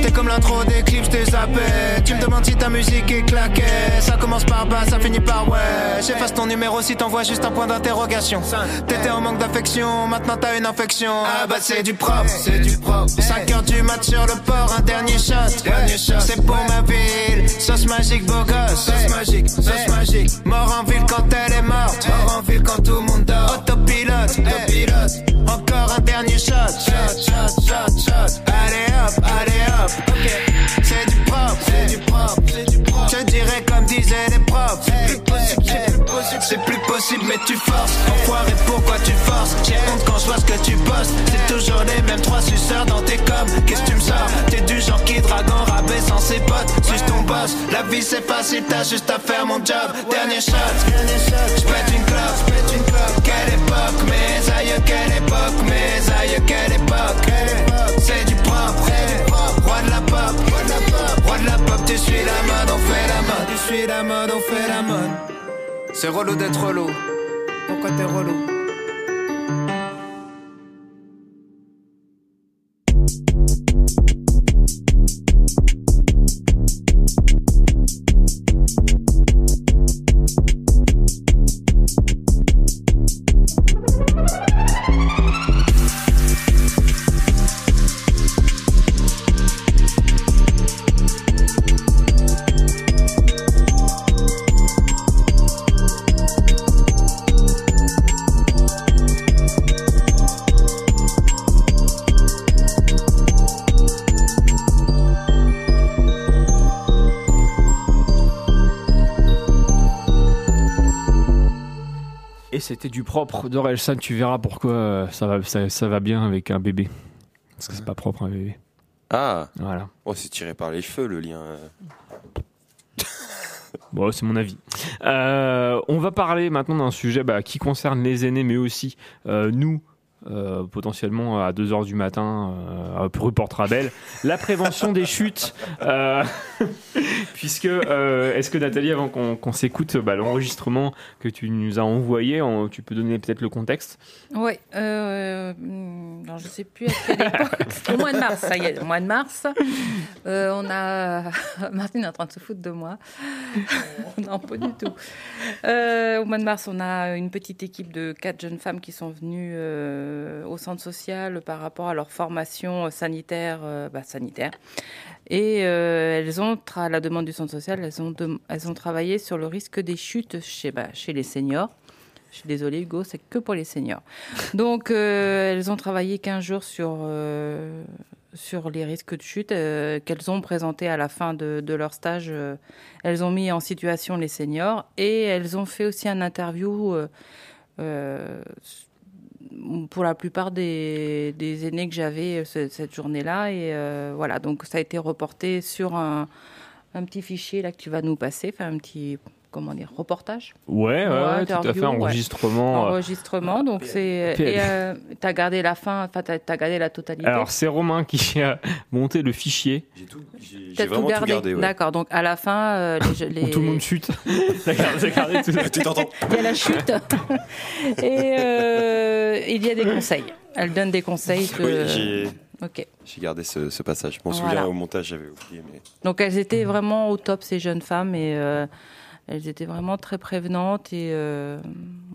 Speaker 11: T'es comme l'intro des clips, je t'ai zappé. Tu me demandes si ta musique est claquée. Ça commence par bas, ça finit par ouais. J'efface ton numéro si t'envoies juste un point d'interrogation. T'étais en manque d'affection, maintenant t'as une infection. Ah bah c'est du propre, c'est du propre. 5 heures du mat sur le port, un dernier shot. C'est pour ma ville, sauce magique beau gosse. Sauce magique, sauce magique. Mort en ville quand elle est morte. Mort en ville quand tout le monde dort. Autopilote, autopilote. Encore un dernier shot. Shot, shot, shot, shot. Allez hop, allez hop. Ok, c'est du propre, c'est du propre, c'est du propre. Je dirais comme disaient les profs. C'est plus possible, c'est plus possible. C'est plus possible, mais tu forces. Enfoiré, pourquoi tu forces J'ai honte quand je vois ce que tu postes. C'est toujours les mêmes trois suceurs dans tes coms. Qu'est-ce que tu me sors T'es du genre qui drague en rabais sans ses potes. Suis ton boss. La vie c'est facile, t'as juste à faire mon job. Dernier shot, j'pète une clope, j'pète une clope. Quelle époque, mes aïeux, quelle époque, mes aïeux, quelle époque. C'est du propre, roi de la pop, roi de la pop. Tu suis la mode, on fait la mode, tu suis la mode, on fait la mode. C'est relou d'être relou. Pourquoi t'es relou?
Speaker 4: Et c'était du propre d'Orelsan, tu verras pourquoi euh, ça va, ça, ça va bien avec un bébé. Parce que c'est pas propre un bébé.
Speaker 5: Ah
Speaker 4: Voilà.
Speaker 5: Oh, c'est tiré par les cheveux le lien. euh.
Speaker 4: Bon, c'est mon avis. Euh, on va parler maintenant d'un sujet bah, qui concerne les aînés, mais aussi euh, nous, euh, potentiellement à 2h du matin, euh, rue Portrabel, la prévention des chutes. euh, puisque, euh, est-ce que Nathalie, avant qu'on qu'on s'écoute bah, l'enregistrement que tu nous as envoyé, on- tu peux donner peut-être le contexte
Speaker 6: Oui, euh, hmm, alors je sais plus à quelle époque. au mois de mars, ça y est, au mois de mars. Euh, on a. Martine est en train de se foutre de moi. non, pas du tout. Euh, au mois de mars, on a une petite équipe de quatre jeunes femmes qui sont venues euh, au centre social par rapport à leur formation sanitaire. euh, bah, sanitaire. Et euh, elles ont, tra- à la demande du centre social, elles ont, dem- elles ont travaillé sur le risque des chutes chez, bah, chez les seniors. Je suis désolée, Hugo, c'est que pour les seniors. Donc, euh, elles ont travaillé 15 jours sur, euh, sur les risques de chute euh, qu'elles ont présentés à la fin de, de leur stage. Euh, elles ont mis en situation les seniors et elles ont fait aussi un interview euh, euh, pour la plupart des, des aînés que j'avais euh, ce- cette journée-là. Et euh, voilà, donc ça a été reporté sur un, un petit fichier là que tu vas nous passer, enfin un petit comment dire, reportage.
Speaker 4: Ouais, ouais, ouais, tout à fait,
Speaker 6: interview, ouais.
Speaker 4: enregistrement. euh,
Speaker 6: Enregistrement, donc c'est.
Speaker 4: PL.
Speaker 6: Et euh, t'as gardé la fin, enfin t'as t'as gardé la totalité.
Speaker 4: Alors, c'est Romain qui a monté le fichier.
Speaker 6: T'as tout gardé. D'accord, donc à la fin, euh, les, les-
Speaker 4: Tout le monde chute. T'as gardé- t'as gardé tout.
Speaker 6: il y a la chute. Et euh, il y a des conseils. Elle donne des conseils. Que...
Speaker 5: Oui, j'ai
Speaker 6: Ok.
Speaker 5: j'ai gardé ce, ce passage. Je m'en
Speaker 6: Voilà.
Speaker 5: souviens au montage, j'avais oublié. Mais...
Speaker 6: Donc elles étaient vraiment au top, ces jeunes femmes, et euh, elles étaient vraiment très prévenantes, et euh,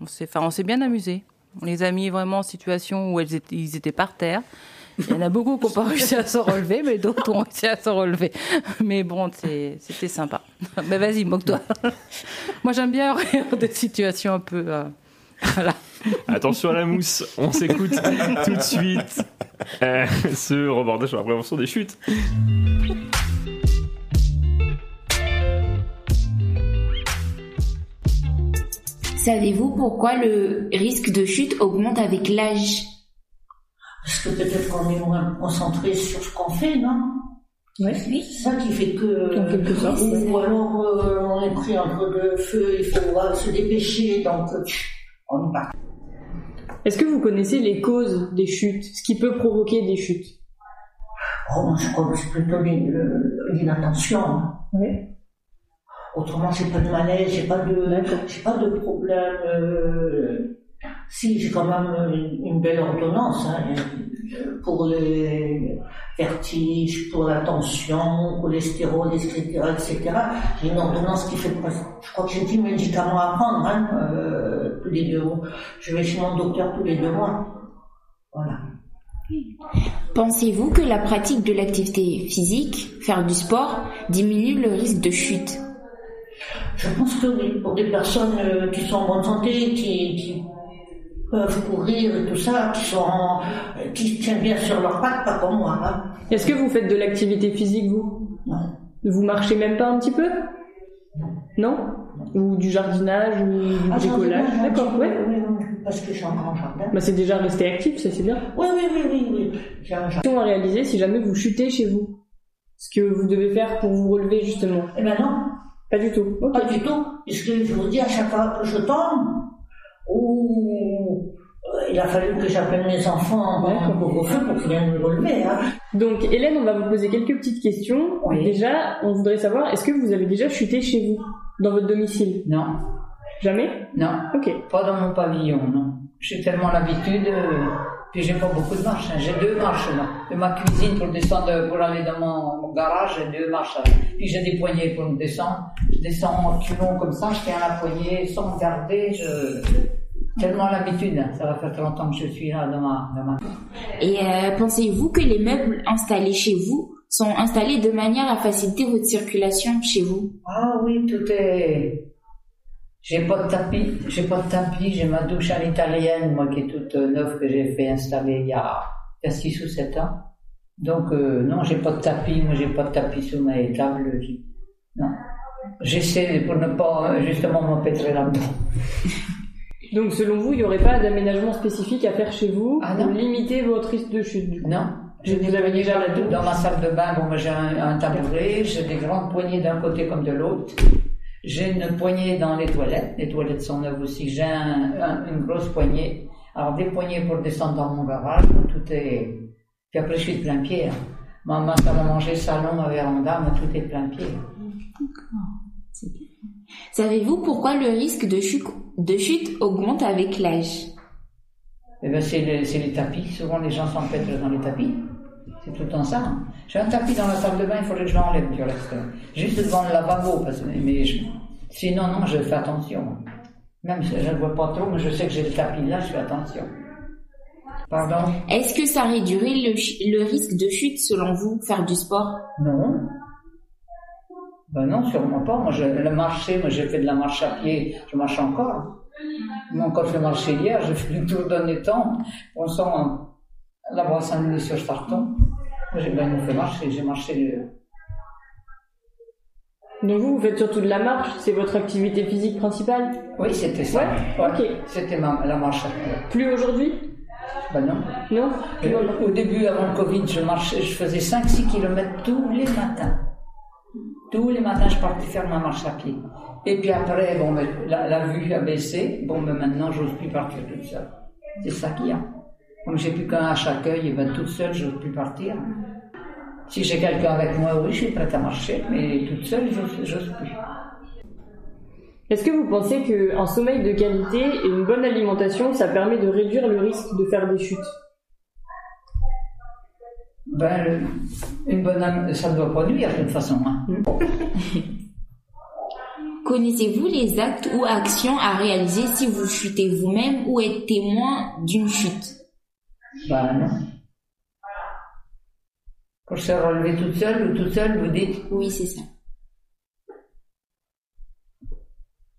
Speaker 6: on s'est enfin, on s'est bien amusés. On les a mis vraiment en situation où elles étaient, ils étaient par terre. Il y en a beaucoup qui n'ont pas réussi à se relever, mais d'autres ont réussi à se relever. Mais bon, c'est- c'était sympa. Mais vas-y, moque-toi. Moi, j'aime bien rire des situations un peu... euh, voilà.
Speaker 4: Attention à la mousse, on s'écoute tout de suite euh, ce rebordage sur la prévention des chutes.
Speaker 12: Savez-vous pourquoi le risque de chute augmente avec l'âge
Speaker 13: Parce que peut-être qu'on est moins concentré sur ce qu'on fait, non oui. C'est ça qui fait que. ou alors euh, on est pris entre le feu, il faut euh, se dépêcher, donc euh, on y va.
Speaker 14: Est-ce que vous connaissez les causes des chutes, ce qui peut provoquer des chutes
Speaker 13: Oh, moi, je crois que c'est plutôt euh, l'in- le- l'inattention. Autrement, j'ai pas de malaise, j'ai pas de, j'ai pas de problème. euh, si, j'ai quand même une, une belle ordonnance hein, euh, pour les vertiges, pour la tension, cholestérol, etc., etc. J'ai une ordonnance qui fait presque, je crois que j'ai 10 médicaments à prendre hein, euh, tous les deux mois. Je vais chez mon docteur tous les deux mois. Voilà.
Speaker 12: Pensez-vous que la pratique de l'activité physique, faire du sport, diminue le risque de chute
Speaker 13: Je pense que oui, pour des personnes euh, qui sont en bonne santé, qui, qui peuvent courir et tout ça, qui sont, euh, qui se tiennent bien sur leurs pattes, pas comme moi. hein.
Speaker 14: Est-ce que vous faites de l'activité physique, vous
Speaker 13: Non.
Speaker 14: Vous marchez même pas un petit peu Non Ou du jardinage, ou
Speaker 13: Ah,
Speaker 14: du bricolage
Speaker 13: j'en ai
Speaker 14: D'accord,
Speaker 13: besoin,
Speaker 14: ouais.
Speaker 13: Oui, oui, oui, parce que j'ai un grand jardin.
Speaker 14: Bah, c'est déjà rester actif, ça c'est bien.
Speaker 13: Oui, oui, oui, oui, oui. J'ai un jardin.
Speaker 14: Question à réaliser si jamais vous chutez chez vous. Ce que vous devez faire pour vous relever, justement.
Speaker 13: Eh ben non.
Speaker 14: Pas du tout.
Speaker 13: Pas du tout. Parce que je vous dis, à chaque fois que je tombe, ou euh, il a fallu que j'appelle mes enfants hein, pour au feu pour qu'ils viennent me relever. hein.
Speaker 14: Donc, Hélène, on va vous poser quelques petites questions. Déjà, on voudrait savoir, est-ce que vous avez déjà chuté chez vous, dans votre domicile
Speaker 15: Non.
Speaker 14: Jamais
Speaker 15: Non.
Speaker 14: Ok.
Speaker 15: Pas dans mon pavillon, non. J'ai tellement l'habitude, euh, puis j'ai pas beaucoup de marches. hein. J'ai deux marches là. De ma cuisine pour descendre, euh, pour aller dans mon, mon garage, j'ai deux marches. là. Puis j'ai des poignées pour me descendre. Je descends en culon comme ça, je tiens la poignée sans regarder. Je... Tellement l'habitude, hein. ça va faire très longtemps que je suis là dans ma. Dans ma...
Speaker 12: Et euh, pensez-vous que les meubles installés chez vous sont installés de manière à faciliter votre circulation chez vous
Speaker 15: Ah oui, tout est. J'ai pas de tapis, j'ai pas de tapis, j'ai ma douche à l'italienne, moi qui est toute euh, neuve que j'ai fait installer il y a 6 ou 7 ans. Donc euh, non, j'ai pas de tapis, moi j'ai pas de tapis sous mes tables. j'ai- Non. J'essaie pour ne pas euh, justement m'empêtrer là-dedans.
Speaker 14: Donc, selon vous, il n'y aurait pas d'aménagement spécifique à faire chez vous pour limiter votre risque de chute du coup
Speaker 15: Ah Non. Je vous avais déjà la douche dans ma salle de bain, bon, moi j'ai un, un tabouret, j'ai des grandes poignées d'un côté comme de l'autre. J'ai une poignée dans les toilettes, les toilettes sont neuves aussi, j'ai un- un- une grosse poignée. Alors des poignées pour descendre dans mon garage, moi, tout est... Puis après je suis de plein pied. hein. Ma, ma salle à manger, salon, ma véranda, moi tout est de plein pied.
Speaker 12: Savez-vous pourquoi le risque de chute, de chute augmente avec l'âge
Speaker 15: Eh ben, c'est les, c'est les tapis. Souvent, les gens s'empêtrent dans les tapis. C'est tout le temps ça. hein. J'ai un tapis dans la salle de bain, il faudrait que je l'enlève du reste. Juste devant le lavabo. Parce, que- mais je- sinon, non, je fais attention. Même si je ne vois pas trop, mais je sais que j'ai le tapis là, je fais attention. Pardon
Speaker 12: Est-ce que ça réduirait le, ch- le risque de chute selon vous, faire du sport
Speaker 15: Non. Ben non, sûrement pas. Moi, je, le marché, moi, j'ai fait de la marche à pied. Je marche encore. Moi, quand je marchais hier, j'ai fait le tour d'un étang. On sent la brosse à nez sur Charton. Moi, J'ai bien fait marcher. J'ai marché le,
Speaker 14: Donc vous, vous faites surtout de la marche, c'est votre activité physique principale
Speaker 15: Oui, c'était ça.
Speaker 14: Ouais, ok.
Speaker 15: C'était ma, la marche à pied.
Speaker 14: Plus aujourd'hui
Speaker 15: Ben non. Euh,
Speaker 14: Non
Speaker 15: Au début, avant le Covid, je marchais, je faisais 5-6 km tous les matins. Tous les matins, je partais faire ma marche à pied. Et puis après, bon, mais la, la vue a baissé. Bon, mais maintenant, j'ose plus partir toute seule. C'est ça qu'il y a. Comme j'ai plus qu'un à chaque œil, et ben toute seule, j'ose plus partir. Si j'ai quelqu'un avec moi, oui, je suis prête à marcher, mais toute seule, j'ose- j'ose plus.
Speaker 14: Est-ce que vous pensez qu'un sommeil de qualité et une bonne alimentation, ça permet de réduire le risque de faire des chutes
Speaker 15: Ben, le- une bonne âme, ça doit produire, de toute façon. hein.
Speaker 16: Connaissez-vous les actes ou actions à réaliser si vous chutez vous-même ou êtes témoin d'une chute
Speaker 15: Ben, non. Quand je suis relevée toute seule ou toute seule, vous dites
Speaker 16: Oui, c'est ça.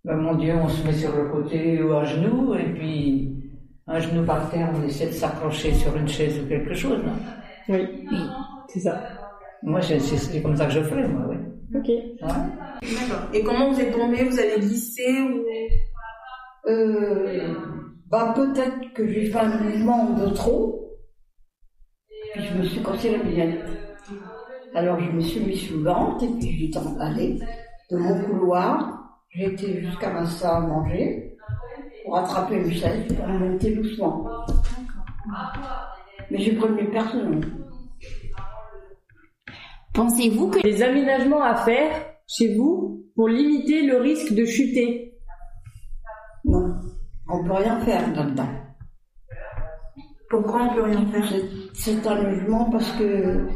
Speaker 15: Ben, mon Dieu, on se met sur le côté ou à genoux, et puis un genou par terre, on essaie de s'accrocher sur une chaise ou quelque chose. non
Speaker 14: Oui, c'est ça.
Speaker 15: Moi, c'est- c'est c'est comme ça que je ferais, moi, oui.
Speaker 14: Ok.
Speaker 17: Et comment vous êtes tombé Vous avez glissé ou...
Speaker 15: Euh,
Speaker 18: bah peut-être que j'ai fait un mouvement de trop, puis je me suis cassé la biellette. Alors je me suis mis sous le ventre et puis j'étais emballée de mon couloir. J'ai été jusqu'à ma salle à manger pour attraper une chaise et pour monter doucement. Mais j'ai prévenu personne.
Speaker 16: Pensez-vous que
Speaker 14: les aménagements à faire chez vous pour limiter le risque de chuter
Speaker 18: Non, on peut rien faire là-dedans. Pourquoi on peut rien faire C'est un logement parce que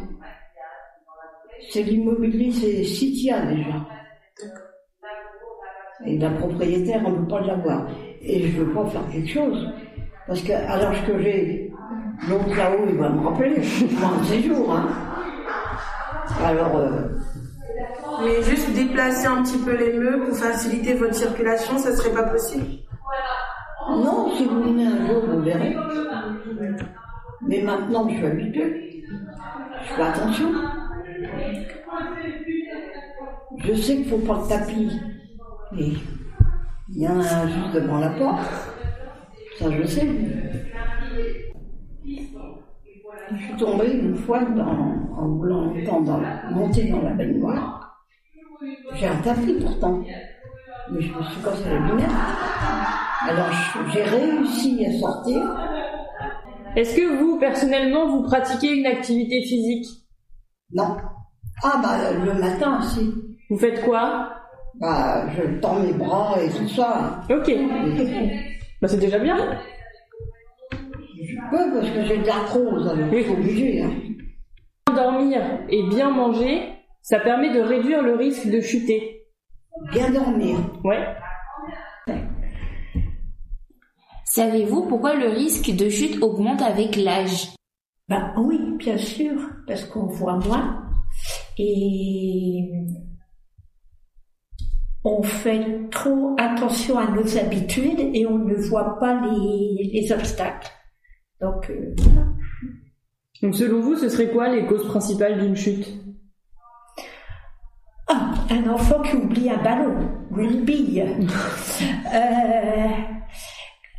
Speaker 18: c'est l'immobilier, c'est Citia déjà. Et la propriétaire, on ne peut pas l'avoir. Et je veux pas faire quelque chose. Parce que, alors que j'ai l'autre là-haut, il va me rappeler, dans de ces jours. hein. Alors, euh,
Speaker 17: Mais juste déplacer un petit peu les meubles pour faciliter votre circulation, ça serait pas possible
Speaker 18: non, si vous venez un jour, vous verrez. Mais maintenant, je suis habituée. Je fais attention. Je sais qu'il ne faut pas le tapis. Mais il y en a un juste devant la porte. Ça, je sais. Je suis tombée une fois dans, en voulant longtemps dans la- monter dans la baignoire. J'ai un tapis pourtant. Mais je me suis cassé la lunette. Alors je- j'ai réussi à sortir.
Speaker 14: Est-ce que vous, personnellement, vous pratiquez une activité physique
Speaker 18: Non. Ah bah le matin aussi.
Speaker 14: Vous faites quoi
Speaker 18: Bah je tends mes bras et tout ça.
Speaker 14: Ok. Bah c'est déjà bien.
Speaker 18: Je peux parce que j'ai de l'arthrose, alors oui. faut bouger. hein.
Speaker 14: Bien dormir et bien manger, ça permet de réduire le risque de chuter.
Speaker 18: Bien dormir.
Speaker 14: Ouais.
Speaker 16: Savez-vous pourquoi le risque de chute augmente avec l'âge
Speaker 7: Bah oui, bien sûr, parce qu'on voit moins et on fait trop attention à nos habitudes et on ne voit pas les, les obstacles. Donc, euh, voilà.
Speaker 14: Donc selon vous, ce serait quoi les causes principales d'une chute
Speaker 7: Ah, un enfant qui oublie un ballon ou une bille. Euh,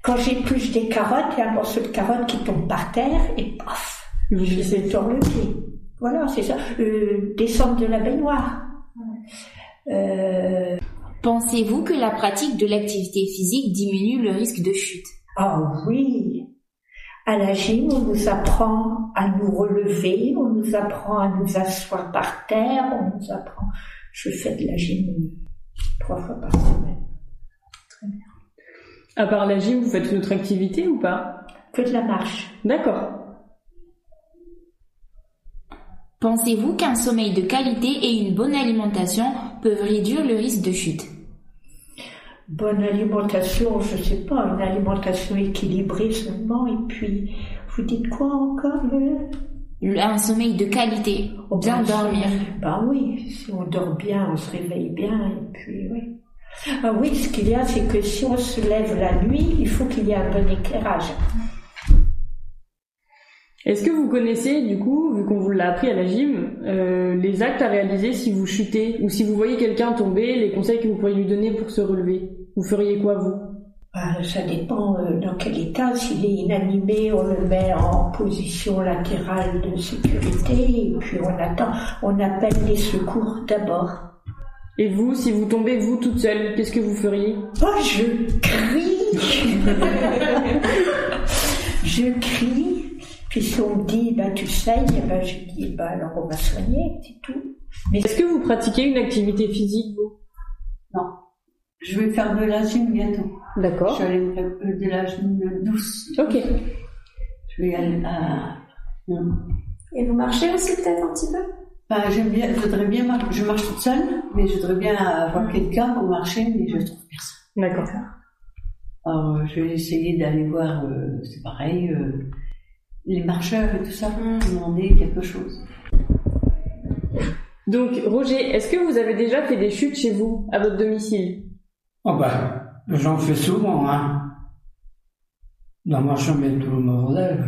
Speaker 7: quand j'épluche des carottes, il y a un morceau de carotte qui tombe par terre et paf, je me tords le pied. Voilà, c'est ça. Euh, descendre de la baignoire. Euh,
Speaker 16: Pensez-vous que la pratique de l'activité physique diminue le risque de chute
Speaker 7: Ah oui À la gym, on nous apprend à nous relever, on nous apprend à nous asseoir par terre, on nous apprend... Je fais de la gym trois fois par semaine.
Speaker 14: À part la gym, vous faites une autre activité ou pas
Speaker 7: Que de la marche.
Speaker 14: D'accord.
Speaker 16: Pensez-vous qu'un sommeil de qualité et une bonne alimentation peuvent réduire le risque de chute
Speaker 7: Bonne alimentation, je sais pas, une alimentation équilibrée seulement, et puis, vous dites quoi encore euh
Speaker 16: Le- Un sommeil de qualité, bien dormir.
Speaker 7: Bah oui, si on dort bien, on se réveille bien, et puis oui. Ah oui, ce qu'il y a, c'est que si on se lève la nuit, il faut qu'il y ait un bon éclairage.
Speaker 14: Est-ce que vous connaissez, du coup, vu qu'on vous l'a appris à la gym, euh, les actes à réaliser si vous chutez ou si vous voyez quelqu'un tomber, les conseils que vous pourriez lui donner pour se relever Vous feriez quoi, vous
Speaker 19: Bah,
Speaker 18: Euh, Ça dépend euh, dans quel état. S'il est inanimé, on le met en position latérale de sécurité et puis on attend, on appelle les secours d'abord.
Speaker 14: Et vous, si vous tombez vous toute seule, qu'est-ce que vous feriez
Speaker 18: Oh, je crie Je crie, puis si on me dit, bah, tu saignes, bah, je dis, bah, alors on va soigner, c'est tout.
Speaker 14: Mais est-ce que vous pratiquez une activité physique, vous
Speaker 19: Non. Je vais faire de la gym bientôt.
Speaker 14: D'accord.
Speaker 19: Je vais aller me faire euh, de la gym douce.
Speaker 14: Ok.
Speaker 19: Je vais aller à. euh,
Speaker 16: Et vous marchez aussi peut-être un petit peu
Speaker 19: Bah, j'aime bien, je voudrais bien marcher. Je marche toute seule, mais je voudrais bien avoir quelqu'un pour marcher, mais je trouve personne.
Speaker 14: D'accord.
Speaker 19: Alors, euh, je vais essayer d'aller voir, euh, c'est pareil, euh, les marcheurs et tout ça, demander quelque chose.
Speaker 14: Donc, Roger, est-ce que vous avez déjà fait des chutes chez vous, à votre domicile
Speaker 20: Oh bah, j'en fais souvent, hein. Dans ma chambre et tout le bordel.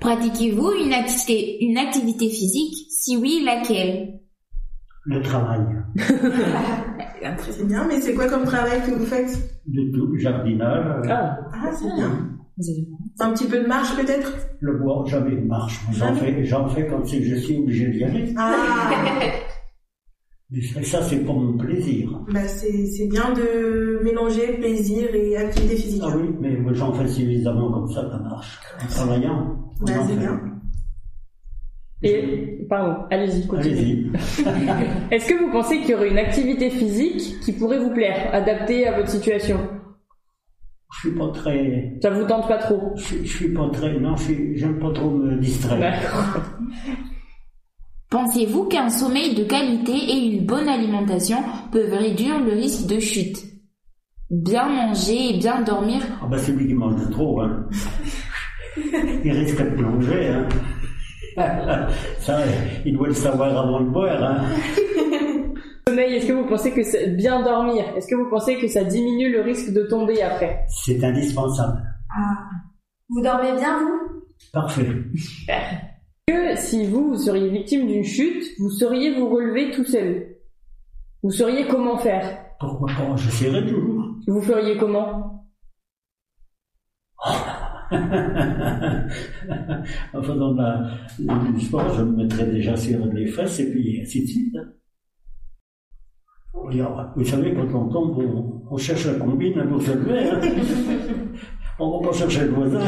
Speaker 12: Pratiquez-vous une activité, une activité physique Si oui, laquelle
Speaker 20: Le travail.
Speaker 16: C'est Ah, bien, mais c'est quoi comme travail que vous faites
Speaker 20: Du tout, jardinage. euh,
Speaker 16: Ah, c'est bien. Un petit peu de marche peut-être
Speaker 20: Le bois, jamais de marche. J'en
Speaker 16: Jamais.
Speaker 20: fais, j'en fais comme si je suis obligé d'y aller.
Speaker 16: Ah
Speaker 20: Mais ça- ça, c'est pour mon plaisir.
Speaker 16: Bah, c'est c'est bien de mélanger plaisir et activité physique.
Speaker 20: Ah oui, mais moi, j'en fais suffisamment comme ça, ça marche. En travaillant.
Speaker 16: Bah,
Speaker 20: j'en
Speaker 16: c'est
Speaker 20: fais.
Speaker 16: bien.
Speaker 14: Et, pardon, allez-y, continuez. Est-ce que vous pensez qu'il y aurait une activité physique qui pourrait vous plaire, adaptée à votre situation
Speaker 20: Je suis pas très.
Speaker 14: Ça vous tente pas trop
Speaker 20: Je, je suis pas très. Non, je suis- j'aime pas trop me distraire.
Speaker 12: Pensez-vous qu'un sommeil de qualité et une bonne alimentation peuvent réduire le risque de chute Bien manger et bien dormir
Speaker 20: Ah bah celui qui mange de trop, hein. il risque de plonger. Hein. Ça, il doit le savoir avant de boire. Hein.
Speaker 14: Sommeil, est-ce que vous pensez que c'est bien dormir Est-ce que vous pensez que ça diminue le risque de tomber après
Speaker 20: C'est indispensable.
Speaker 14: Ah, Vous dormez bien, vous
Speaker 20: Parfait.
Speaker 14: Que si vous, vous seriez victime d'une chute, vous sauriez vous relever tout seul Vous sauriez comment faire
Speaker 20: Pourquoi pas J'essaierai toujours.
Speaker 14: Vous feriez comment
Speaker 20: En faisant de la- du sport, je me mettrais déjà sur les fesses et puis ainsi de suite. hein. Oui, alors, Vous savez, quand on tombe, on, on cherche la combine pour se lever. hein. On va pas chercher le voisin.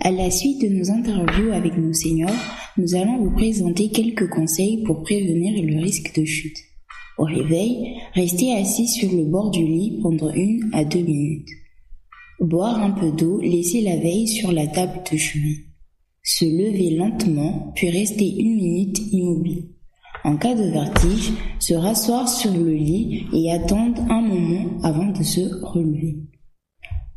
Speaker 12: À la suite de nos interviews avec nos seniors, nous allons vous présenter quelques conseils pour prévenir le risque de chute. Au réveil, restez assis sur le bord du lit pendant une à deux minutes. Boire un peu d'eau laissez la veille sur la table de chevet. Se lever lentement, puis rester une minute immobile. En cas de vertige, se rasseoir sur le lit et attendre un moment avant de se relever.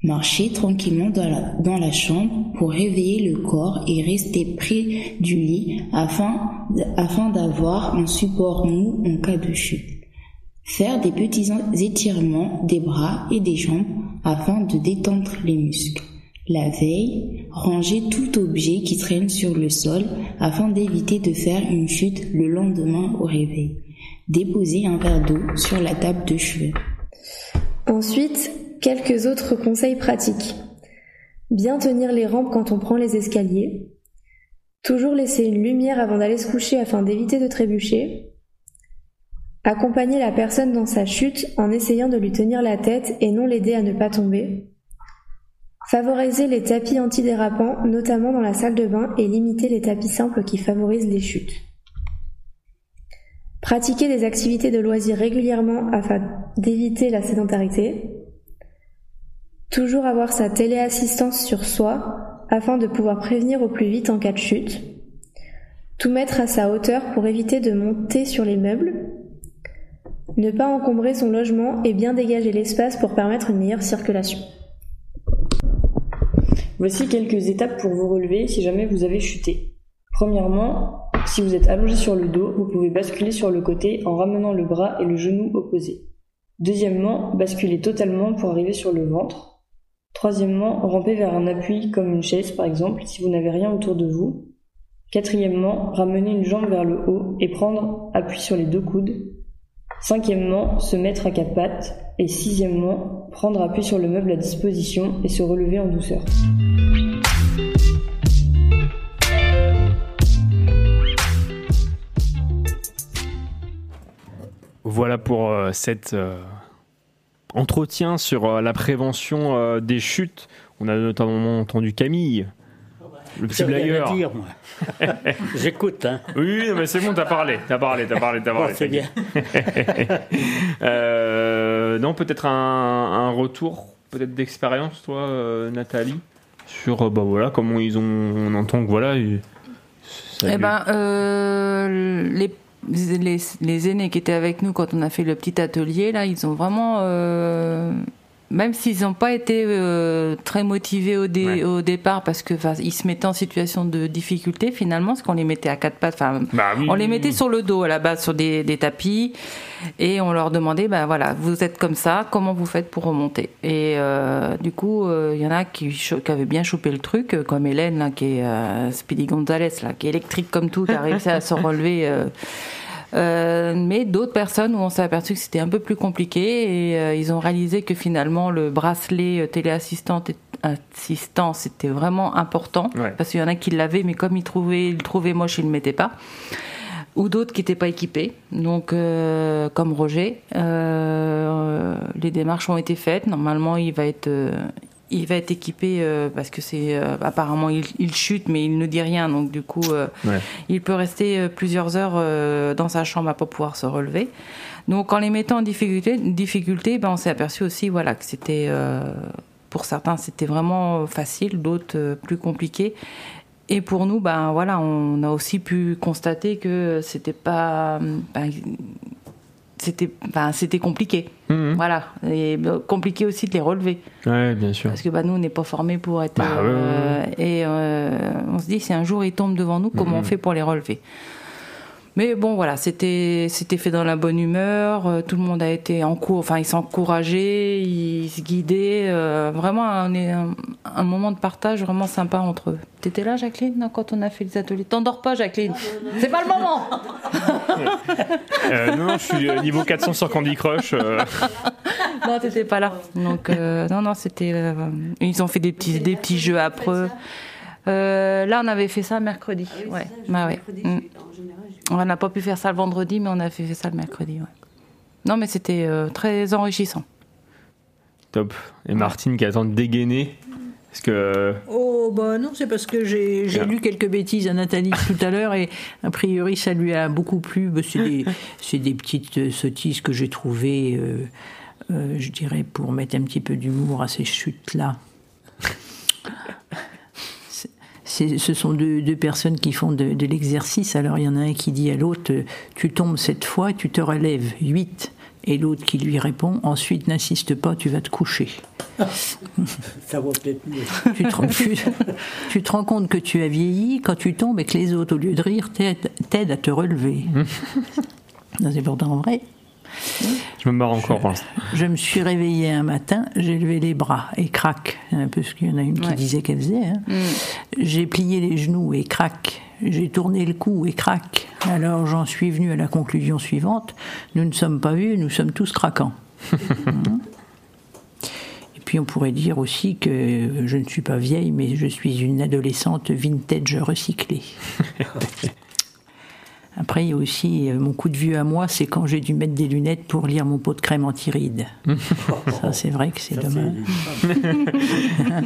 Speaker 12: Marchez tranquillement dans la, dans la chambre pour réveiller le corps et rester près du lit afin, afin d'avoir un support mou en cas de chute. Faire des petits en- étirements des bras et des jambes afin de détendre les muscles. La veille, rangez tout objet qui traîne sur le sol afin d'éviter de faire une chute le lendemain au réveil. Déposez un verre d'eau sur la table de chevet.
Speaker 21: Ensuite, quelques autres conseils pratiques. Bien tenir les rampes quand on prend les escaliers. Toujours laisser une lumière avant d'aller se coucher afin d'éviter de trébucher. Accompagner la personne dans sa chute en essayant de lui tenir la tête et non l'aider à ne pas tomber. Favoriser les tapis antidérapants, notamment dans la salle de bain, et limiter les tapis simples qui favorisent les chutes. Pratiquer des activités de loisirs régulièrement afin d'éviter la sédentarité. Toujours avoir sa téléassistance sur soi afin de pouvoir prévenir au plus vite en cas de chute. Tout mettre à sa hauteur pour éviter de monter sur les meubles. Ne pas encombrer son logement et bien dégager l'espace pour permettre une meilleure circulation.
Speaker 14: Voici quelques étapes pour vous relever si jamais vous avez chuté. Premièrement, si vous êtes allongé sur le dos, vous pouvez basculer sur le côté en ramenant le bras et le genou opposés. Deuxièmement, basculer totalement pour arriver sur le ventre. Troisièmement, ramper vers un appui comme une chaise par exemple si vous n'avez rien autour de vous. Quatrièmement, ramener une jambe vers le haut et prendre appui sur les deux coudes. Cinquièmement, se mettre à quatre pattes. Et sixièmement, prendre appui sur le meuble à disposition et se relever en douceur.
Speaker 4: Voilà pour euh, cet euh, entretien sur euh, la prévention euh, des chutes. On a notamment entendu Camille, le petit
Speaker 7: J'ai rien à
Speaker 4: blagueur.
Speaker 7: dire, moi. J'écoute, hein.
Speaker 4: Oui, oui, non, mais c'est bon, t'as parlé, t'as parlé, t'as parlé, t'as
Speaker 7: Bon,
Speaker 4: parlé.
Speaker 7: c'est bien.
Speaker 4: Euh, non, peut-être un, un retour, peut-être d'expérience, toi, euh, Nathalie, sur euh, bah voilà comment ils ont, on entend que voilà. ils- ça
Speaker 6: Eh
Speaker 4: lui-
Speaker 6: ben, euh, les, les, les aînés qui étaient avec nous quand on a fait le petit atelier, là, ils ont vraiment. euh, même s'ils n'ont pas été euh, très motivés au, dé- au départ, parce que 'fin, ils se mettaient en situation de difficulté, finalement, parce qu'on les mettait à quatre pattes. 'fin,
Speaker 4: Bah oui.
Speaker 6: on les mettait sur le dos à la base, sur des, des tapis, et on leur demandait, ben voilà, vous êtes comme ça, comment vous faites pour remonter Et euh, du coup, euh, il y en a qui, cho- qui avaient bien chopé le truc, euh, comme Hélène, là, qui est euh, Speedy Gonzalez, là, qui est électrique comme tout, qui a réussi à se relever. euh. Euh, mais d'autres personnes où on s'est aperçu que c'était un peu plus compliqué et euh, ils ont réalisé que finalement le bracelet euh, téléassistante et- assistant c'était vraiment important parce qu'il y en a qui l'avaient mais comme ils trouvaient ils le trouvaient moche ils le mettaient pas ou d'autres qui n'étaient pas équipés. Donc, euh, comme Roger, euh, les démarches ont été faites. Normalement, il va être, euh, il va être équipé euh, parce que c'est euh, apparemment il, il chute, mais il ne dit rien. Donc, du coup, euh,
Speaker 4: Ouais.
Speaker 6: il peut rester euh, plusieurs heures euh, dans sa chambre à pas pouvoir se relever. Donc, en les mettant en difficulté, difficulté, ben, on s'est aperçu aussi, voilà, que c'était euh, pour certains c'était vraiment facile, d'autres euh, plus compliqué. Et pour nous, ben voilà, on a aussi pu constater que c'était pas, ben, c'était, ben, c'était compliqué. Voilà, et ben, compliqué aussi de les relever.
Speaker 4: Ouais, bien sûr.
Speaker 6: Parce que bah, nous, on n'est pas formés pour être.
Speaker 4: Bah, ouais, ouais,
Speaker 6: euh, Et euh, on se dit, si un jour ils tombent devant nous, comment
Speaker 4: Mhm.
Speaker 6: on fait pour les relever mais bon, voilà, c'était c'était fait dans la bonne humeur. euh, tout le monde a été en cours, enfin, ils s'encourageaient, ils se guidaient. euh, vraiment, un, un, un moment de partage vraiment sympa entre eux. T'étais là, Jacqueline, non, quand on a fait les ateliers T'endors pas, Jacqueline C'est pas le moment
Speaker 4: Euh, non, non, je suis euh, niveau 400 sur Candy Crush. euh.
Speaker 6: non, t'étais pas là. Donc, euh, non, non, c'était. euh, ils ont fait des petits, des petits jeux après. Euh, là, on avait fait ça mercredi. ouais. Bah ouais. Mm. On n'a pas pu faire ça le vendredi, mais on a fait, fait ça le mercredi. ouais. Non, mais c'était euh, très enrichissant.
Speaker 4: Top. Et Martine qui attend de dégainer. Parce que. euh,
Speaker 8: Oh, bah non, c'est parce que j'ai j'ai
Speaker 4: Bien.
Speaker 8: lu quelques bêtises à Nathalie tout à l'heure et a priori ça lui a beaucoup plu. Bah, C'est des, c'est des petites euh, sottises que j'ai trouvées, euh, euh, je dirais, pour mettre un petit peu d'humour à ces chutes-là. C'est- c'est- Ce sont deux, deux personnes qui font de, de l'exercice. Alors il y en a un qui dit à l'autre euh, Tu tombes cette fois, tu te relèves, 8. Et l'autre qui lui répond Ensuite, n'insiste pas, tu vas te coucher.
Speaker 7: Ça vaut peut-être mieux.
Speaker 8: tu, te, rends- tu- tu te rends compte que tu as vieilli quand tu tombes et que les autres, au lieu de rire, t'aident t'aident à te relever. Non, C'est pourtant vrai.
Speaker 4: Je me marre encore pour l'instant.
Speaker 8: Je me suis réveillée un matin, j'ai levé les bras et crac, un peu ce qu'il y en a une qui disait qu'elle faisait. hein. J'ai plié les genoux et crac, j'ai tourné le cou et crac. Alors j'en suis venue à la conclusion suivante nous ne sommes pas vus, nous sommes tous craquants. Mhm. Et puis on pourrait dire aussi que je ne suis pas vieille, mais je suis une adolescente vintage recyclée. Après, il y a aussi euh, mon coup de vieux à moi, c'est quand j'ai dû mettre des lunettes pour lire mon pot de crème anti-rides. Ça, c'est vrai que c'est dommage.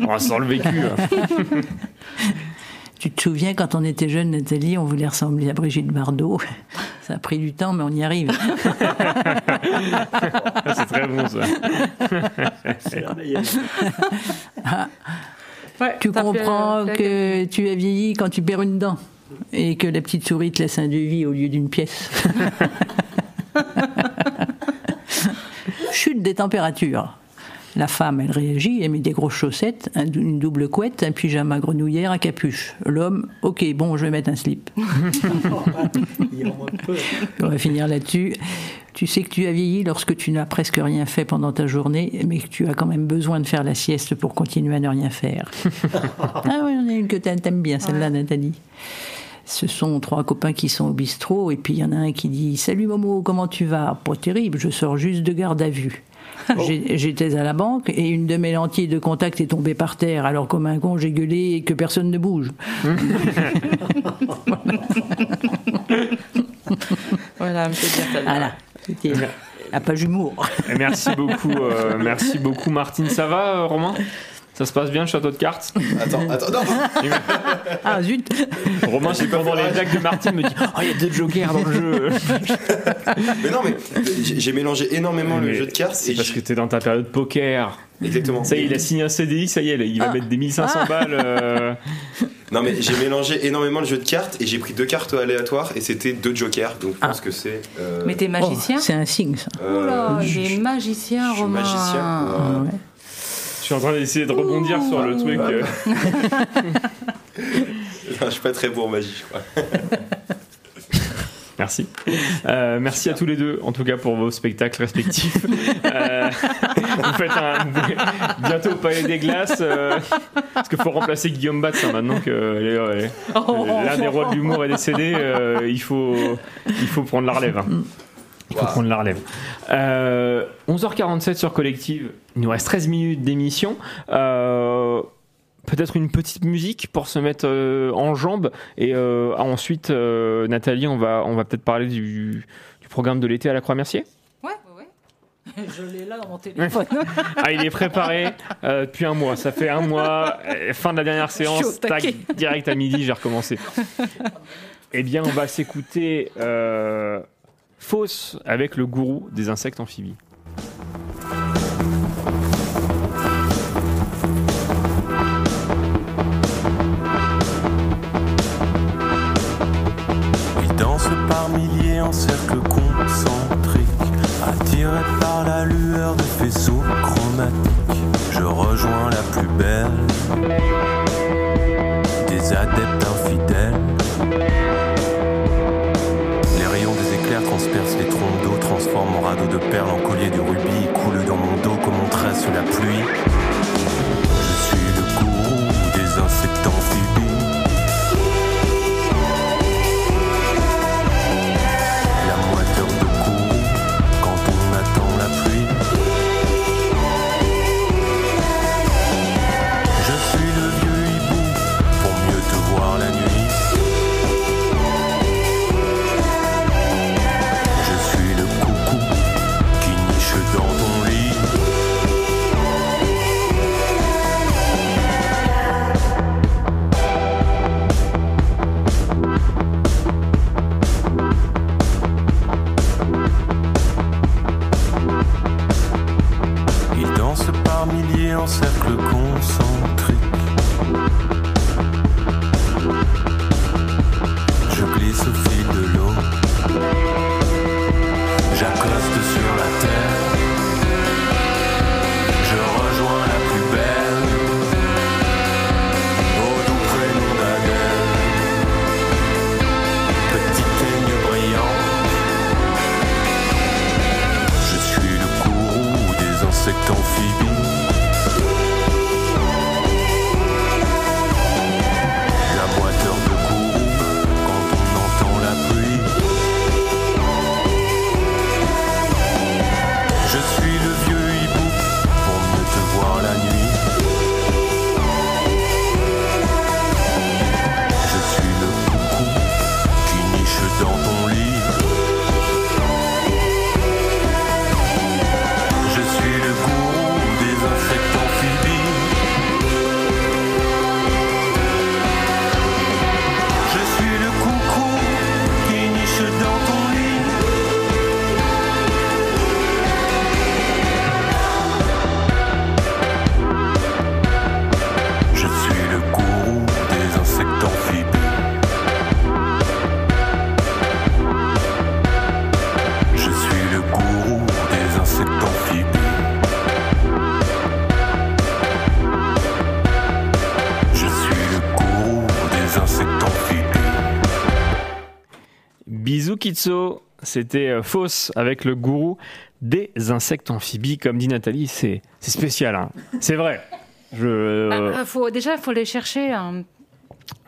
Speaker 4: On sent le vécu. hein.
Speaker 8: Tu te souviens quand on était jeune, Nathalie, on voulait ressembler à Brigitte Bardot. Ça a pris du temps, mais on y arrive.
Speaker 4: Ah, c'est très bon ça.
Speaker 8: C'est la meilleure. tu comprends que tu as vieilli quand tu perds une dent et que la petite souris te laisse un devis au lieu d'une pièce. Chute des températures. La femme, elle réagit, elle met des grosses chaussettes, un dou- une double couette, un pyjama grenouillère à capuche. L'homme, ok, bon, je vais mettre un slip. On va finir là-dessus. Tu sais que tu as vieilli lorsque tu n'as presque rien fait pendant ta journée, mais que tu as quand même besoin de faire la sieste pour continuer à ne rien faire. ah oui, on a une que t'a- t'aimes bien, celle-là, Nathalie. Ce sont trois copains qui sont au bistrot et puis il y en a un qui dit Salut Momo, comment tu vas Pas terrible, je sors juste de garde à vue.
Speaker 6: Oh.
Speaker 8: J'ai- J'étais à la banque et une de mes lentilles de contact est tombée par terre. Alors comme un con, j'ai gueulé et que personne ne bouge.
Speaker 6: Voilà, un peu bien ça.
Speaker 8: Voilà. C'était la page humour.
Speaker 4: Et Eh, Merci beaucoup, euh, merci beaucoup Martine. Ça va, euh, Romain Ça se passe bien, le château de cartes
Speaker 5: Attends, attends,
Speaker 8: Ah zut
Speaker 4: Romain, c'est pendant les blagues de Martine, me dit Oh, il y a deux jokers dans le jeu
Speaker 5: Mais non, mais j'ai j'ai mélangé énormément le jeu de cartes.
Speaker 4: C'est parce que t'es dans ta période poker.
Speaker 5: Exactement.
Speaker 4: Ça y est, il a signé un CDI, ça y est, là, il va
Speaker 5: Ah.
Speaker 4: mettre des 1500
Speaker 5: Ah.
Speaker 4: balles. euh,
Speaker 5: Non, mais j'ai mélangé énormément le jeu de cartes et j'ai pris deux cartes aléatoires et c'était deux jokers. Donc je pense que c'est. euh,
Speaker 6: Ah. Mais t'es magicien
Speaker 8: Oh, C'est un signe, ça.
Speaker 5: euh,
Speaker 6: Oula, il est magicien, Romain. Ah,
Speaker 5: magicien,
Speaker 4: Je suis en train d'essayer de rebondir sur le truc. euh.
Speaker 8: Ah
Speaker 5: je suis pas très bon en magie, je crois.
Speaker 4: Merci. Euh, merci à tous les deux, en tout cas pour vos spectacles respectifs. Euh, vous faites un, bientôt au Palais des Glaces, euh, parce qu'il faut remplacer Guillaume Batz hein, maintenant que euh, les- euh, l'un des rois de l'humour est décédé. euh, il, faut, il faut prendre la relève. hein. Il faut prendre la relève. Euh, 11h47 sur Collective. Il nous reste 13 minutes d'émission. Euh, Peut-être une petite musique pour se mettre euh, en jambe. Et euh, ah, ensuite, euh, Nathalie, on va, on va peut-être parler du, du programme de l'été à la Croix-Mercier.
Speaker 6: Ouais, ouais, ouais. Je l'ai là dans mon téléphone.
Speaker 4: Ah, il est préparé euh, depuis un mois. Ça fait un mois. euh, fin de la dernière
Speaker 6: Je suis
Speaker 4: séance.
Speaker 6: au taquet.
Speaker 4: Tac, direct à midi, j'ai recommencé. Eh bien, on va s'écouter euh, Fausse avec le gourou des insectes amphibies.
Speaker 22: Ils dansent par milliers en cercles concentriques, attirés par la lueur de faisceaux chromatiques. Je rejoins la plus belle des adeptes infidèles. Les rayons des éclairs transpercent les troncs d'eau, transforment mon radeau de perles en collier de rubis et coulent dans mon dos comme on trace sous la pluie. Je suis le gourou des insectes amphibies. La moiteur de cou quand on attend la pluie. Je suis le vieux hibou pour mieux te voir la nuit. Je suis le coucou qui niche dans ton lit. Ils dansent par milliers en cercles concentriques. Je glisse au fil de l'eau. J'accoste sur la terre. Je rejoins la plus belle. Au doux prénom d'Adèle. Petit aigle brillant. Je suis le gourou des insectes amphibies. La moiteur de courbe quand on entend la pluie. Je suis le vieux hibou pour mieux te voir la nuit. Je suis le coucou qui niche dans ton lit. Je suis le gourou des insectes amphibies. Je suis le coucou qui niche dans ton lit. Je suis le gourou des insectes amphibies. Je suis le gourou des insectes amphibies. Je suis le gourou des insectes amphibies.
Speaker 4: Bisous Kitso, c'était euh, Fausse avec le gourou des insectes amphibies, comme dit Nathalie, c'est c'est spécial, hein. c'est vrai. Je,
Speaker 6: Euh, Ah, faut, déjà, il faut les chercher. hein.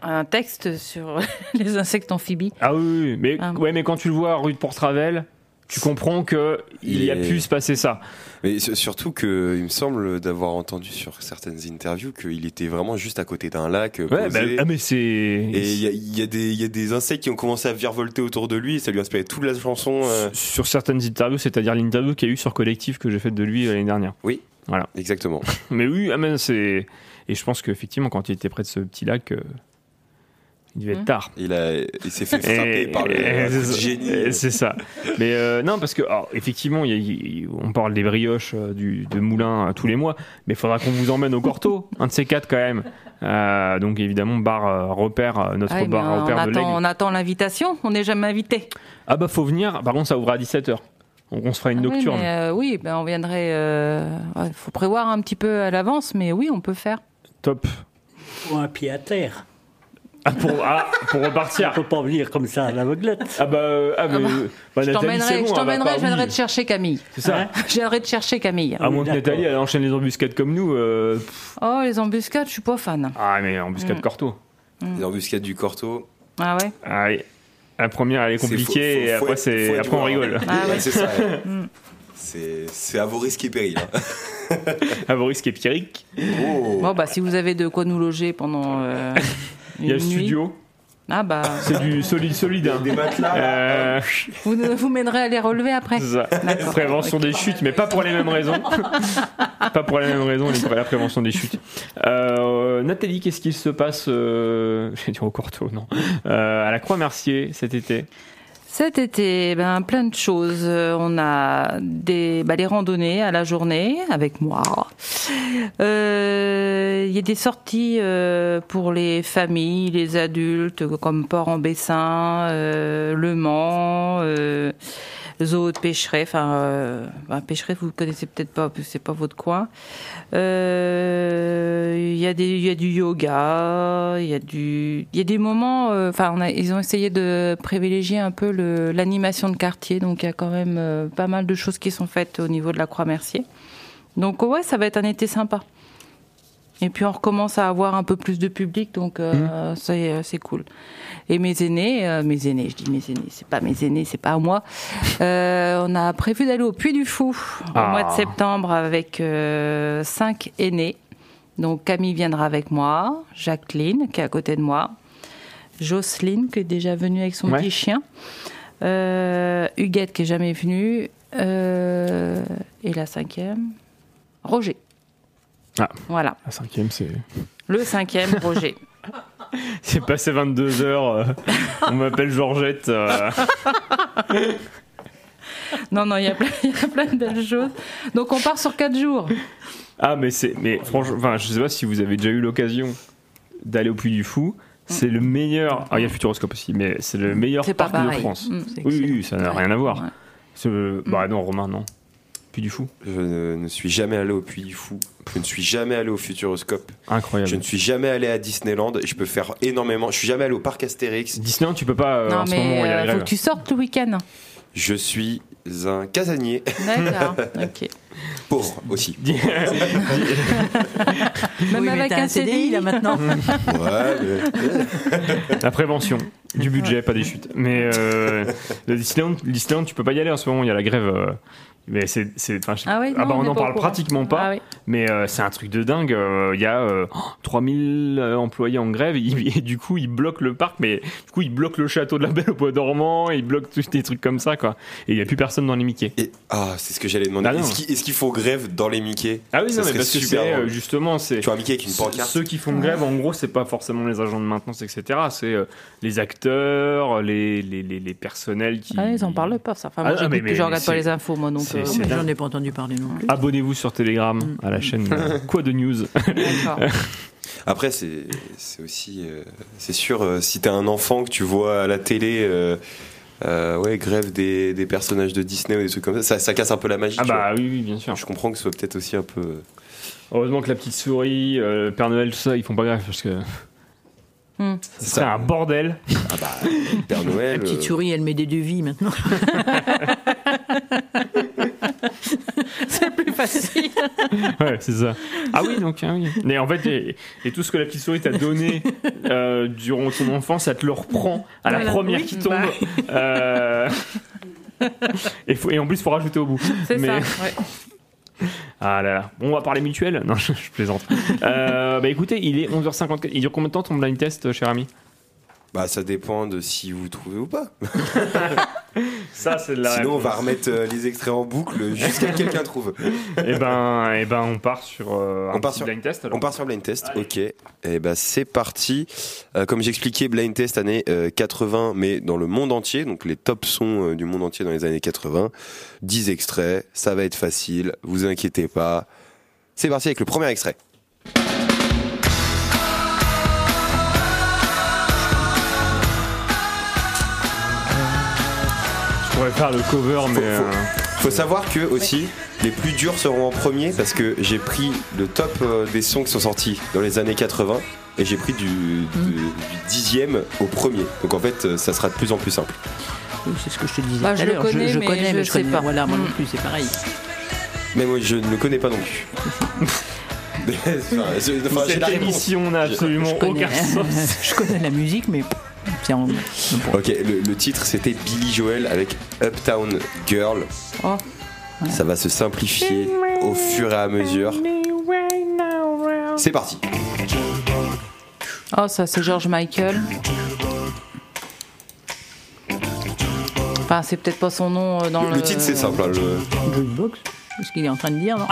Speaker 6: un texte sur les insectes amphibies.
Speaker 4: Ah oui, oui, oui, mais, ouais, mais quand tu le vois à rue de Portravel, tu comprends que il y a
Speaker 5: Et-
Speaker 4: pu se passer ça.
Speaker 5: Mais su- surtout que il me semble d'avoir entendu sur certaines interviews qu'il était vraiment juste à côté d'un lac. euh,
Speaker 4: Ouais,
Speaker 5: posé.
Speaker 4: bah, ah, mais c'est.
Speaker 5: Et il y a, il y a des- il y a des insectes qui ont commencé à virevolter autour de lui, et ça lui a inspiré toute la chanson. euh.
Speaker 4: Sur certaines interviews, c'est-à-dire l'interview qu'il y a eu sur Collectif que j'ai faite de lui euh, l'année dernière.
Speaker 5: Oui.
Speaker 4: Voilà.
Speaker 5: Exactement.
Speaker 4: Mais oui, ah, mais c'est. Et je pense qu'effectivement, quand il était près de ce petit lac, euh, il
Speaker 6: Mmh.
Speaker 4: devait être
Speaker 5: Hmm.
Speaker 4: tard.
Speaker 5: Il, a- il s'est fait frapper
Speaker 4: Et-
Speaker 5: par le
Speaker 4: et-
Speaker 5: un coup de
Speaker 4: c'est ça.
Speaker 5: génie.
Speaker 4: Et C'est ça. Mais euh, non, parce que alors, effectivement, il y a- il- on parle des brioches euh, du, de Moulin euh, tous les mois, mais il faudra qu'on vous emmène au Corto, un de ces quatre quand même. Euh, donc évidemment, bar euh, repère, euh, notre
Speaker 6: Ah oui, mais
Speaker 4: bar
Speaker 6: on,
Speaker 4: repère de
Speaker 6: attend,
Speaker 4: l'aigle.
Speaker 6: on attend l'invitation, on n'est jamais invité.
Speaker 4: Ah bah faut venir. Par contre, ça ouvre à 17h. Donc on se fera une
Speaker 6: Oui,
Speaker 4: nocturne.
Speaker 6: mais, euh, oui, ben, on viendrait. Il faut prévoir un petit peu à l'avance, mais oui, on peut faire.
Speaker 4: Top.
Speaker 7: Faut un pied à terre.
Speaker 4: Ah, pour, ah, pour repartir.
Speaker 7: On peut pas venir comme ça à l'aveuglette.
Speaker 4: Ah bah, euh, ah, mais,
Speaker 7: bah,
Speaker 4: euh, bah,
Speaker 6: je
Speaker 4: Nathalie, c'est
Speaker 6: t'emmènerai,
Speaker 4: bon,
Speaker 6: je
Speaker 4: elle va
Speaker 6: t'emmènerai,
Speaker 4: pas-
Speaker 6: je viendrai
Speaker 4: oui.
Speaker 6: te chercher Camille.
Speaker 4: C'est ça.
Speaker 6: Je viendrai te chercher Camille.
Speaker 4: À moins que Nathalie elle enchaîne les embuscades comme nous. euh, pff,
Speaker 6: Oh, les embuscades, je suis pas fan.
Speaker 4: ah mais embuscade
Speaker 6: Mm.
Speaker 4: Corto.
Speaker 5: Les embuscades du Corto.
Speaker 6: Ah ouais
Speaker 4: Ah oui. La première, elle est
Speaker 5: C'est faux-
Speaker 4: compliquée,
Speaker 5: faux-
Speaker 4: et
Speaker 5: faut
Speaker 4: après,
Speaker 5: être-
Speaker 4: c'est,
Speaker 5: faut être
Speaker 4: après on
Speaker 5: joueur.
Speaker 4: rigole.
Speaker 5: Ah ouais. C'est ça, ouais.
Speaker 6: Mm.
Speaker 5: C'est c'est à vos risques et périls. hein. Oh.
Speaker 4: À vos risques et Pierrick. Oh.
Speaker 6: Bon, bah, si vous avez de quoi nous loger pendant. euh,
Speaker 4: Il y a le
Speaker 6: une nuit.
Speaker 4: studio.
Speaker 6: Ah bah.
Speaker 4: C'est du solide, solide. hein.
Speaker 5: Des matelas, là.
Speaker 4: Euh,
Speaker 6: Vous nous- vous mènerez à les relever après.
Speaker 4: c'est ça.
Speaker 6: D'accord.
Speaker 4: Prévention des chutes, mais pas pour les mêmes raisons. pas pour les mêmes raisons, les- pour la prévention des chutes. Euh, Nathalie, qu'est-ce qu'il se passe euh, J'ai dit au Corto, non. Euh, à la Croix-Mercier cet été.
Speaker 6: Cet été, ben, plein de choses. Euh, On a des, bah, les randonnées à la journée avec moi. Euh, Il y a des sorties euh, pour les familles, les adultes, comme Port-en-Bessin, euh, Le Mans, euh, Zoo de Pêcheret. Enfin, euh, ben, Pêcheret, vous connaissez peut-être pas, parce que c'est pas votre coin. Euh, Il y, a des- il y a du yoga, il y, a du- il y a des moments. euh, Enfin, on a- ils ont essayé de privilégier un peu le- l'animation de quartier, donc il y a quand même euh, pas mal de choses qui sont faites au niveau de la Croix-Mercier. Donc, ouais, ça va être un été sympa. Et puis on recommence à avoir un peu plus de public, donc
Speaker 1: Mmh.
Speaker 6: euh, c'est c'est cool. Et mes aînés, euh, mes aînés, je dis mes aînés, c'est pas mes aînés, c'est pas à moi. Euh, on a prévu d'aller au Puy du Fou
Speaker 1: Ah.
Speaker 6: au mois de septembre avec euh, cinq aînés. Donc Camille viendra avec moi, Jacqueline qui est à côté de moi, Jocelyne qui est déjà venue avec son
Speaker 1: Ouais.
Speaker 6: petit chien, euh, Huguette qui est jamais venue, euh, et la cinquième, Roger.
Speaker 4: Ah,
Speaker 6: Voilà.
Speaker 4: la cinquième, c'est.
Speaker 6: Le cinquième, Roger.
Speaker 4: C'est passé 22h. on m'appelle Georgette. euh.
Speaker 6: Non, non, il y a plein, il y a plein de belles choses. Donc on part sur quatre jours.
Speaker 4: Ah, mais c'est. Mais franchement, enfin, je sais pas si vous avez déjà eu l'occasion d'aller au Puy du Fou. C'est le meilleur. Ah, il y a Futuroscope aussi, mais c'est le meilleur
Speaker 6: C'est pas
Speaker 4: parc de
Speaker 6: pareil.
Speaker 4: France.
Speaker 6: Mm.
Speaker 4: Oui, oui, oui, ça n'a rien à voir. C'est- Bah non, Romain, non. Puy du Fou.
Speaker 5: Je ne, ne suis jamais allé au Puy du Fou. Je ne suis jamais allé au Futuroscope.
Speaker 4: Incroyable.
Speaker 5: Je ne suis jamais allé à Disneyland. Je peux faire énormément. Je suis jamais allé au parc Astérix.
Speaker 4: Disneyland, tu peux pas. euh,
Speaker 6: non,
Speaker 4: en ce moment,
Speaker 6: mais
Speaker 4: il y a
Speaker 6: euh, faut
Speaker 4: les grèves.
Speaker 6: que tu sortes le week-end.
Speaker 5: Je suis un casanier.
Speaker 6: D'accord, ok.
Speaker 5: Pauvre aussi.
Speaker 6: Même
Speaker 8: Oui, mais
Speaker 6: avec
Speaker 8: t'as
Speaker 6: un
Speaker 8: un CDI,
Speaker 6: CDI,
Speaker 8: là, maintenant.
Speaker 5: Ouais, mais-
Speaker 4: La prévention du budget, pas des chutes. Mais euh, le Disneyland, Disneyland, tu peux pas y aller en ce moment, il y a la grève. euh, mais c'est, c'est- enfin, je sais-
Speaker 6: Ah oui,
Speaker 4: bah
Speaker 6: non, on
Speaker 4: on
Speaker 6: est
Speaker 4: n'en
Speaker 6: pas au
Speaker 4: parle
Speaker 6: courant.
Speaker 4: pratiquement pas, mais euh, c'est un truc de dingue. euh, Il y a euh, oh, 3000 euh, employés en grève et, et du coup ils bloquent le parc, mais du coup ils bloquent le château de la Belle au Bois dormant, ils bloquent tous des trucs comme ça quoi. Et il y a plus personne dans les Mickey.
Speaker 5: Ah, c'est ce que j'allais demander.
Speaker 4: Ah non.
Speaker 5: Est-ce qu'il est-ce qu'il faut grève dans les Mickey
Speaker 4: Ah oui,
Speaker 5: Ça
Speaker 4: non, mais
Speaker 5: serait
Speaker 4: parce que
Speaker 5: super
Speaker 4: c'est
Speaker 5: drôle.
Speaker 4: euh, justement, c'est.
Speaker 5: Tu vois, Mickey avec une
Speaker 4: ce-
Speaker 5: pancarte.
Speaker 4: Ceux qui font grève, en gros, c'est pas forcément les agents de maintenance, etc. C'est euh, les acteurs, les, les, les, les personnels qui.
Speaker 6: Ah, ils en parlent pas, ça. Enfin, moi,
Speaker 4: Ah,
Speaker 6: j'écoute
Speaker 4: mais-
Speaker 6: plus,
Speaker 4: mais-
Speaker 6: je
Speaker 4: mais
Speaker 6: regarde pas
Speaker 4: c'est-
Speaker 6: les infos, moi, donc.
Speaker 4: c'est-
Speaker 6: euh,
Speaker 4: c'est dingue.
Speaker 8: J'en ai pas entendu parler non plus.
Speaker 4: Abonnez-vous sur Telegram
Speaker 6: Mm.
Speaker 4: à la chaîne euh, Quoi de News.
Speaker 5: Après, c'est c'est aussi. euh, c'est sûr, euh, si t'as un enfant que tu vois à la télé. euh, euh, ouais, grève des, des personnages de Disney ou des trucs comme ça, ça, ça casse un peu la magie.
Speaker 4: Ah
Speaker 5: tu
Speaker 4: bah
Speaker 5: vois.
Speaker 4: oui, oui, bien sûr.
Speaker 5: Je comprends que ce soit peut-être aussi un peu.
Speaker 4: Heureusement que la petite souris, euh, le Père Noël, tout ça, ils font pas grève parce que
Speaker 6: hum.
Speaker 4: ça serait un bordel.
Speaker 5: Ah bah, Père Noël.
Speaker 8: La petite
Speaker 5: euh,
Speaker 8: souris, elle met des devis maintenant.
Speaker 6: C'est plus facile.
Speaker 4: ouais, c'est ça. Ah oui, donc, ah oui. Mais en fait, et, et tout ce que la petite souris t'a donné euh, durant ton enfance, ça te le reprend à la
Speaker 6: Voilà,
Speaker 4: première
Speaker 6: oui,
Speaker 4: qui tombe.
Speaker 6: bah.
Speaker 4: Euh, et, faut- et en plus, il faut rajouter au bout.
Speaker 6: C'est
Speaker 4: Mais-
Speaker 6: ça, ouais.
Speaker 4: Ah là là. Bon, on va parler mutuelle Non, je, je plaisante. Euh, bah écoutez, il est 11h54. Il dure combien de temps ton blind test, euh, cher ami
Speaker 5: Bah, ça dépend de si vous trouvez ou pas.
Speaker 4: Ça, c'est de la
Speaker 5: Sinon, on va
Speaker 4: réponse.
Speaker 5: remettre euh, les extraits en boucle jusqu'à que quelqu'un trouve.
Speaker 4: Eh ben, eh ben, on part sur euh, un
Speaker 5: on part
Speaker 4: petit
Speaker 5: sur
Speaker 4: blind test. alors.
Speaker 5: On part sur blind test, ok. Et bah c'est parti. Euh, comme j'expliquais, blind test année euh, 80, mais dans le monde entier, donc les top sons euh, du monde entier dans les années 80. 10 extraits, ça va être facile, vous inquiétez pas. C'est parti avec le premier extrait.
Speaker 4: Je pourrais faire le cover, mais. euh,
Speaker 5: Faut savoir que aussi, les plus durs seront en premier parce que j'ai pris le top euh, des sons qui sont sortis dans les années 80 et j'ai pris du,
Speaker 4: Mm.
Speaker 5: du- du dixième au premier. Donc en fait, euh, ça sera de plus en plus simple.
Speaker 8: Oui, c'est ce que je te disais
Speaker 6: Bah,
Speaker 8: tout
Speaker 6: je
Speaker 8: à
Speaker 6: le
Speaker 8: l'heure. Je,
Speaker 6: connais,
Speaker 8: je
Speaker 6: mais
Speaker 8: connais,
Speaker 6: je
Speaker 8: mais je
Speaker 6: sais
Speaker 8: connais.
Speaker 6: pas.
Speaker 8: Voilà, moi
Speaker 6: Mm.
Speaker 8: non plus, c'est pareil.
Speaker 5: Mais moi, je ne le connais pas non plus. Enfin, je- enfin, j'ai
Speaker 4: Cette
Speaker 5: la réponse.
Speaker 4: émission n'a absolument
Speaker 8: Je connais,
Speaker 4: aucun sens.
Speaker 8: je connais la musique, mais c'est en-
Speaker 5: Ok, le, le titre c'était Billy Joel avec Uptown Girl.
Speaker 6: Oh.
Speaker 5: Ça va se simplifier au fur et à mesure. C'est parti.
Speaker 6: Oh, ça, c'est George Michael. Enfin, c'est peut-être pas son nom euh, dans le.
Speaker 5: Le titre c'est simple. hein, le-
Speaker 8: Jukebox, c'est ce qu'il est en train de dire, non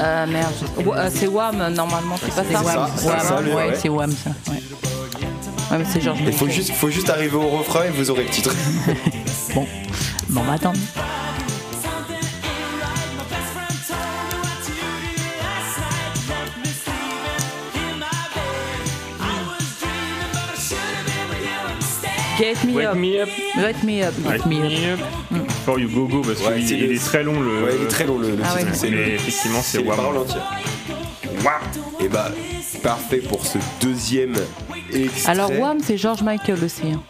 Speaker 6: Euh, merde. Wa- euh, c'est Wham, normalement, c'est pas
Speaker 8: C'est
Speaker 6: ça.
Speaker 5: Wham, c'est ça,
Speaker 6: Wham,
Speaker 5: le-
Speaker 6: ouais.
Speaker 5: ouais.
Speaker 8: C'est Wham, ça. ouais.
Speaker 6: Ouais, mais c'est George
Speaker 5: Il faut
Speaker 6: Michael.
Speaker 5: juste, faut juste arriver au refrain et vous aurez le titre.
Speaker 8: Bon, bon, bah, on va attendre.
Speaker 6: Get me
Speaker 4: Wake
Speaker 6: up.
Speaker 4: me up.
Speaker 6: Get me up.
Speaker 4: Wake me up. For you go go, parce
Speaker 5: Ouais,
Speaker 4: qu'il
Speaker 5: c'est
Speaker 4: il
Speaker 5: le-
Speaker 4: est très long le.
Speaker 5: Ouais, il est très long le, le
Speaker 6: Ah
Speaker 5: titre.
Speaker 6: ouais.
Speaker 5: C'est
Speaker 4: Mais
Speaker 5: le-
Speaker 4: effectivement, c'est
Speaker 5: les
Speaker 4: Wham.
Speaker 5: paroles entières. Et bah, parfait pour ce deuxième extrait.
Speaker 6: Alors, Wham, c'est George Michael aussi. hein.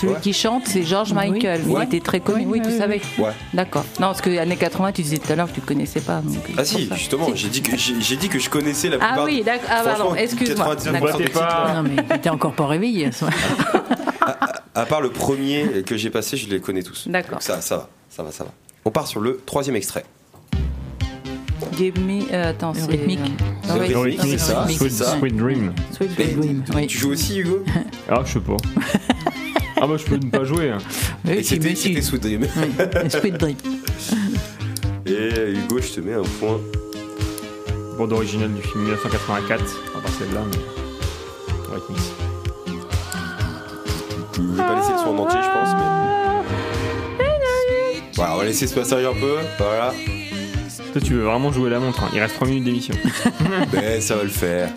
Speaker 6: Celui
Speaker 5: Ouais.
Speaker 6: qui chante, c'est George Michael. mais
Speaker 5: Ouais.
Speaker 6: Il était très connu. Oui, tu savais.
Speaker 5: Ouais.
Speaker 6: D'accord. Non, parce que les années 80, tu disais tout à l'heure que tu connaissais pas. donc, euh, c'est
Speaker 5: Ah si,
Speaker 6: pour ça.
Speaker 5: justement, j'ai dit que j'ai j'ai dit que je connaissais la plupart.
Speaker 6: Ah oui, d'accord. Ah,
Speaker 5: Franchement,
Speaker 6: pardon, excuse-moi.
Speaker 5: 99%
Speaker 6: D'accord.
Speaker 5: des titres,
Speaker 8: Ah Non, mais t'es encore pas réveillé. à ce moment.
Speaker 5: À part le premier que j'ai passé, je les connais tous.
Speaker 6: D'accord.
Speaker 5: Donc ça, ça va, ça va, ça va. On part sur le troisième extrait.
Speaker 6: Give me. euh, attends, c'est.
Speaker 8: rythmique.
Speaker 6: Ah oui,
Speaker 5: Le rythmique,
Speaker 6: c'est
Speaker 5: ça,
Speaker 6: rythmique.
Speaker 4: Sweet,
Speaker 5: Ça.
Speaker 4: Sweet Dream.
Speaker 6: Sweet
Speaker 5: Et
Speaker 6: Dream, oui.
Speaker 5: Tu joues aussi, Hugo
Speaker 4: Ah, je sais pas. Ah, bah, je peux ne pas jouer.
Speaker 8: Mais
Speaker 5: Et
Speaker 8: si,
Speaker 5: c'était
Speaker 8: mais si.
Speaker 5: c'était Sweet
Speaker 6: Mmh.
Speaker 5: Dream.
Speaker 8: Ouais, Sweet Dream.
Speaker 5: Et Hugo, je te mets un point.
Speaker 4: Bande originale du film 1984. À part celle-là, mais. Wake me up.
Speaker 5: Je vais pas laisser le son en entier, je pense, mais. Voilà, on va laisser ce passage un peu. Voilà.
Speaker 4: Toi, tu veux vraiment jouer la montre. hein. Il reste 3 minutes d'émission.
Speaker 5: Mais Ben, ça va le faire.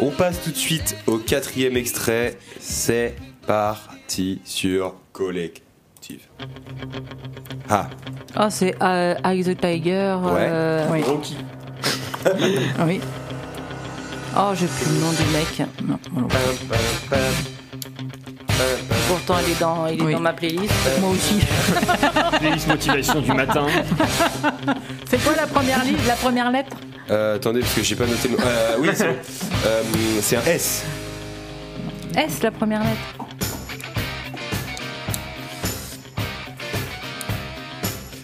Speaker 5: On passe tout de suite au quatrième extrait. C'est parti sur Collective. Ah,
Speaker 6: Ah, c'est euh, Eye the Tiger.
Speaker 5: Ouais.
Speaker 6: euh,
Speaker 8: Oui.
Speaker 5: Rocky.
Speaker 8: oui.
Speaker 6: Oh, j'ai plus le nom du mec.
Speaker 8: Non, on l'a pas.
Speaker 6: Pourtant, il est dans, il est
Speaker 8: Oui.
Speaker 6: dans ma playlist.
Speaker 8: Moi aussi.
Speaker 4: Playlist motivation du matin.
Speaker 6: C'est quoi la première ligne, la première lettre
Speaker 5: Euh, attendez, parce que j'ai pas noté le. Euh, oui, c'est bon. Euh, c'est un S.
Speaker 6: S, la première lettre.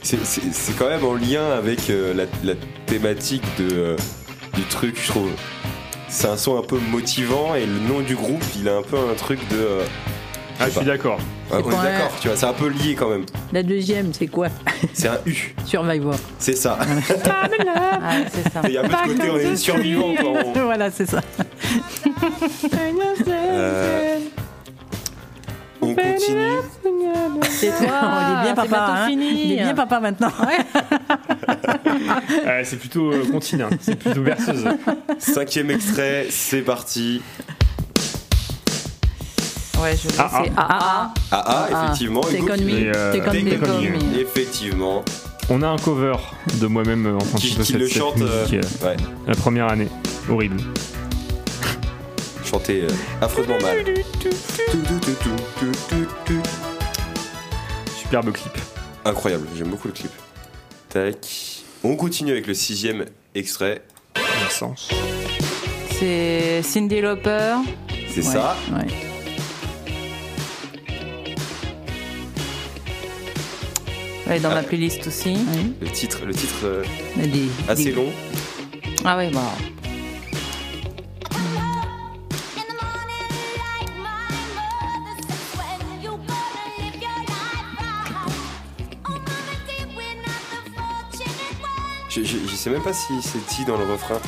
Speaker 5: C'est- C'est c'est quand même en lien avec euh, la, la thématique de, euh, du truc, je trouve. C'est un son un peu motivant et le nom du groupe, il a un peu un truc de. euh,
Speaker 4: Ah, je suis d'accord.
Speaker 5: ouais, on
Speaker 8: pas
Speaker 5: est
Speaker 8: un-
Speaker 5: d'accord, tu vois, c'est un peu lié quand même.
Speaker 8: La deuxième, c'est quoi
Speaker 5: C'est un U,
Speaker 8: Survivor.
Speaker 5: c'est ça.
Speaker 6: Ah, ouais, c'est ça.
Speaker 5: Il y a un peu ce côté, on est survivant quand on-
Speaker 8: voilà, c'est ça.
Speaker 5: Euh, on continue.
Speaker 6: C'est toi.
Speaker 8: Oh, il est bien
Speaker 6: c'est bientôt
Speaker 8: papa. hein.
Speaker 6: fini.
Speaker 8: Il est bien papa maintenant.
Speaker 4: Euh, c'est plutôt euh, contine, hein. c'est plutôt berceuse.
Speaker 5: Cinquième extrait, c'est parti.
Speaker 6: Ouais, je
Speaker 4: Ah,
Speaker 6: c'est AA.
Speaker 5: Ah ah,
Speaker 6: Ah,
Speaker 5: effectivement.
Speaker 8: Take
Speaker 5: Hugo
Speaker 8: on
Speaker 5: qui-
Speaker 8: me.
Speaker 4: Et, euh,
Speaker 8: Take on
Speaker 5: Take
Speaker 8: me.
Speaker 5: on
Speaker 4: me.
Speaker 5: me. Effectivement.
Speaker 4: On a un cover de moi-même euh, en tant que
Speaker 5: Qui, qui le chante euh, Ouais,
Speaker 4: la première année. Horrible.
Speaker 5: chanté euh, affreusement mal.
Speaker 4: Superbe clip.
Speaker 5: Incroyable, j'aime beaucoup le clip. Tac. On continue avec le sixième extrait. Naissance.
Speaker 6: C'est Cindy Lauper.
Speaker 5: C'est ça.
Speaker 6: Ouais. Ouais, dans
Speaker 5: Ah.
Speaker 6: ma playlist aussi.
Speaker 5: Le titre, le titre euh,
Speaker 6: Mais des-
Speaker 5: assez
Speaker 6: des-
Speaker 5: long.
Speaker 6: Ah ouais, bah.
Speaker 5: Je, je, je sais même pas si c'est dit dans le refrain.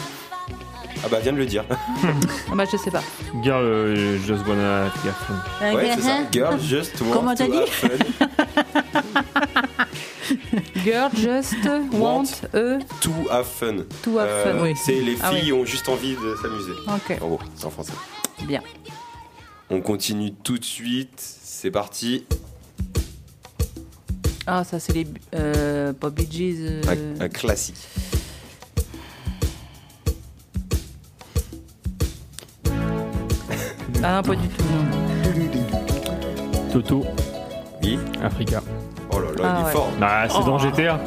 Speaker 5: Ah bah viens de le dire.
Speaker 6: Ah bah je sais pas.
Speaker 4: Girl, euh, just wanna have a fun.
Speaker 5: ouais, c'est ça. Girl, just want
Speaker 6: Uh-huh. Comment
Speaker 5: to
Speaker 6: t'as dit
Speaker 5: have fun.
Speaker 6: Girl just want E. a.
Speaker 5: To have fun. Euh,
Speaker 6: To have fun, oui.
Speaker 5: C'est les filles
Speaker 6: Ah oui.
Speaker 5: ont juste envie de s'amuser.
Speaker 6: Ok.
Speaker 5: En gros, c'est en français.
Speaker 6: Bien.
Speaker 5: On continue tout de suite. C'est parti.
Speaker 6: Ah, ça c'est les. Euh, pas Bee Gees, euh,
Speaker 5: Un, un classique.
Speaker 6: Ah non, pas du tout.
Speaker 4: Toto.
Speaker 5: Oui.
Speaker 4: Africa.
Speaker 5: Oh là là,
Speaker 6: Ah
Speaker 5: il est
Speaker 6: ouais.
Speaker 5: fort.
Speaker 4: Bah, c'est dans
Speaker 6: Oh.
Speaker 4: GTA.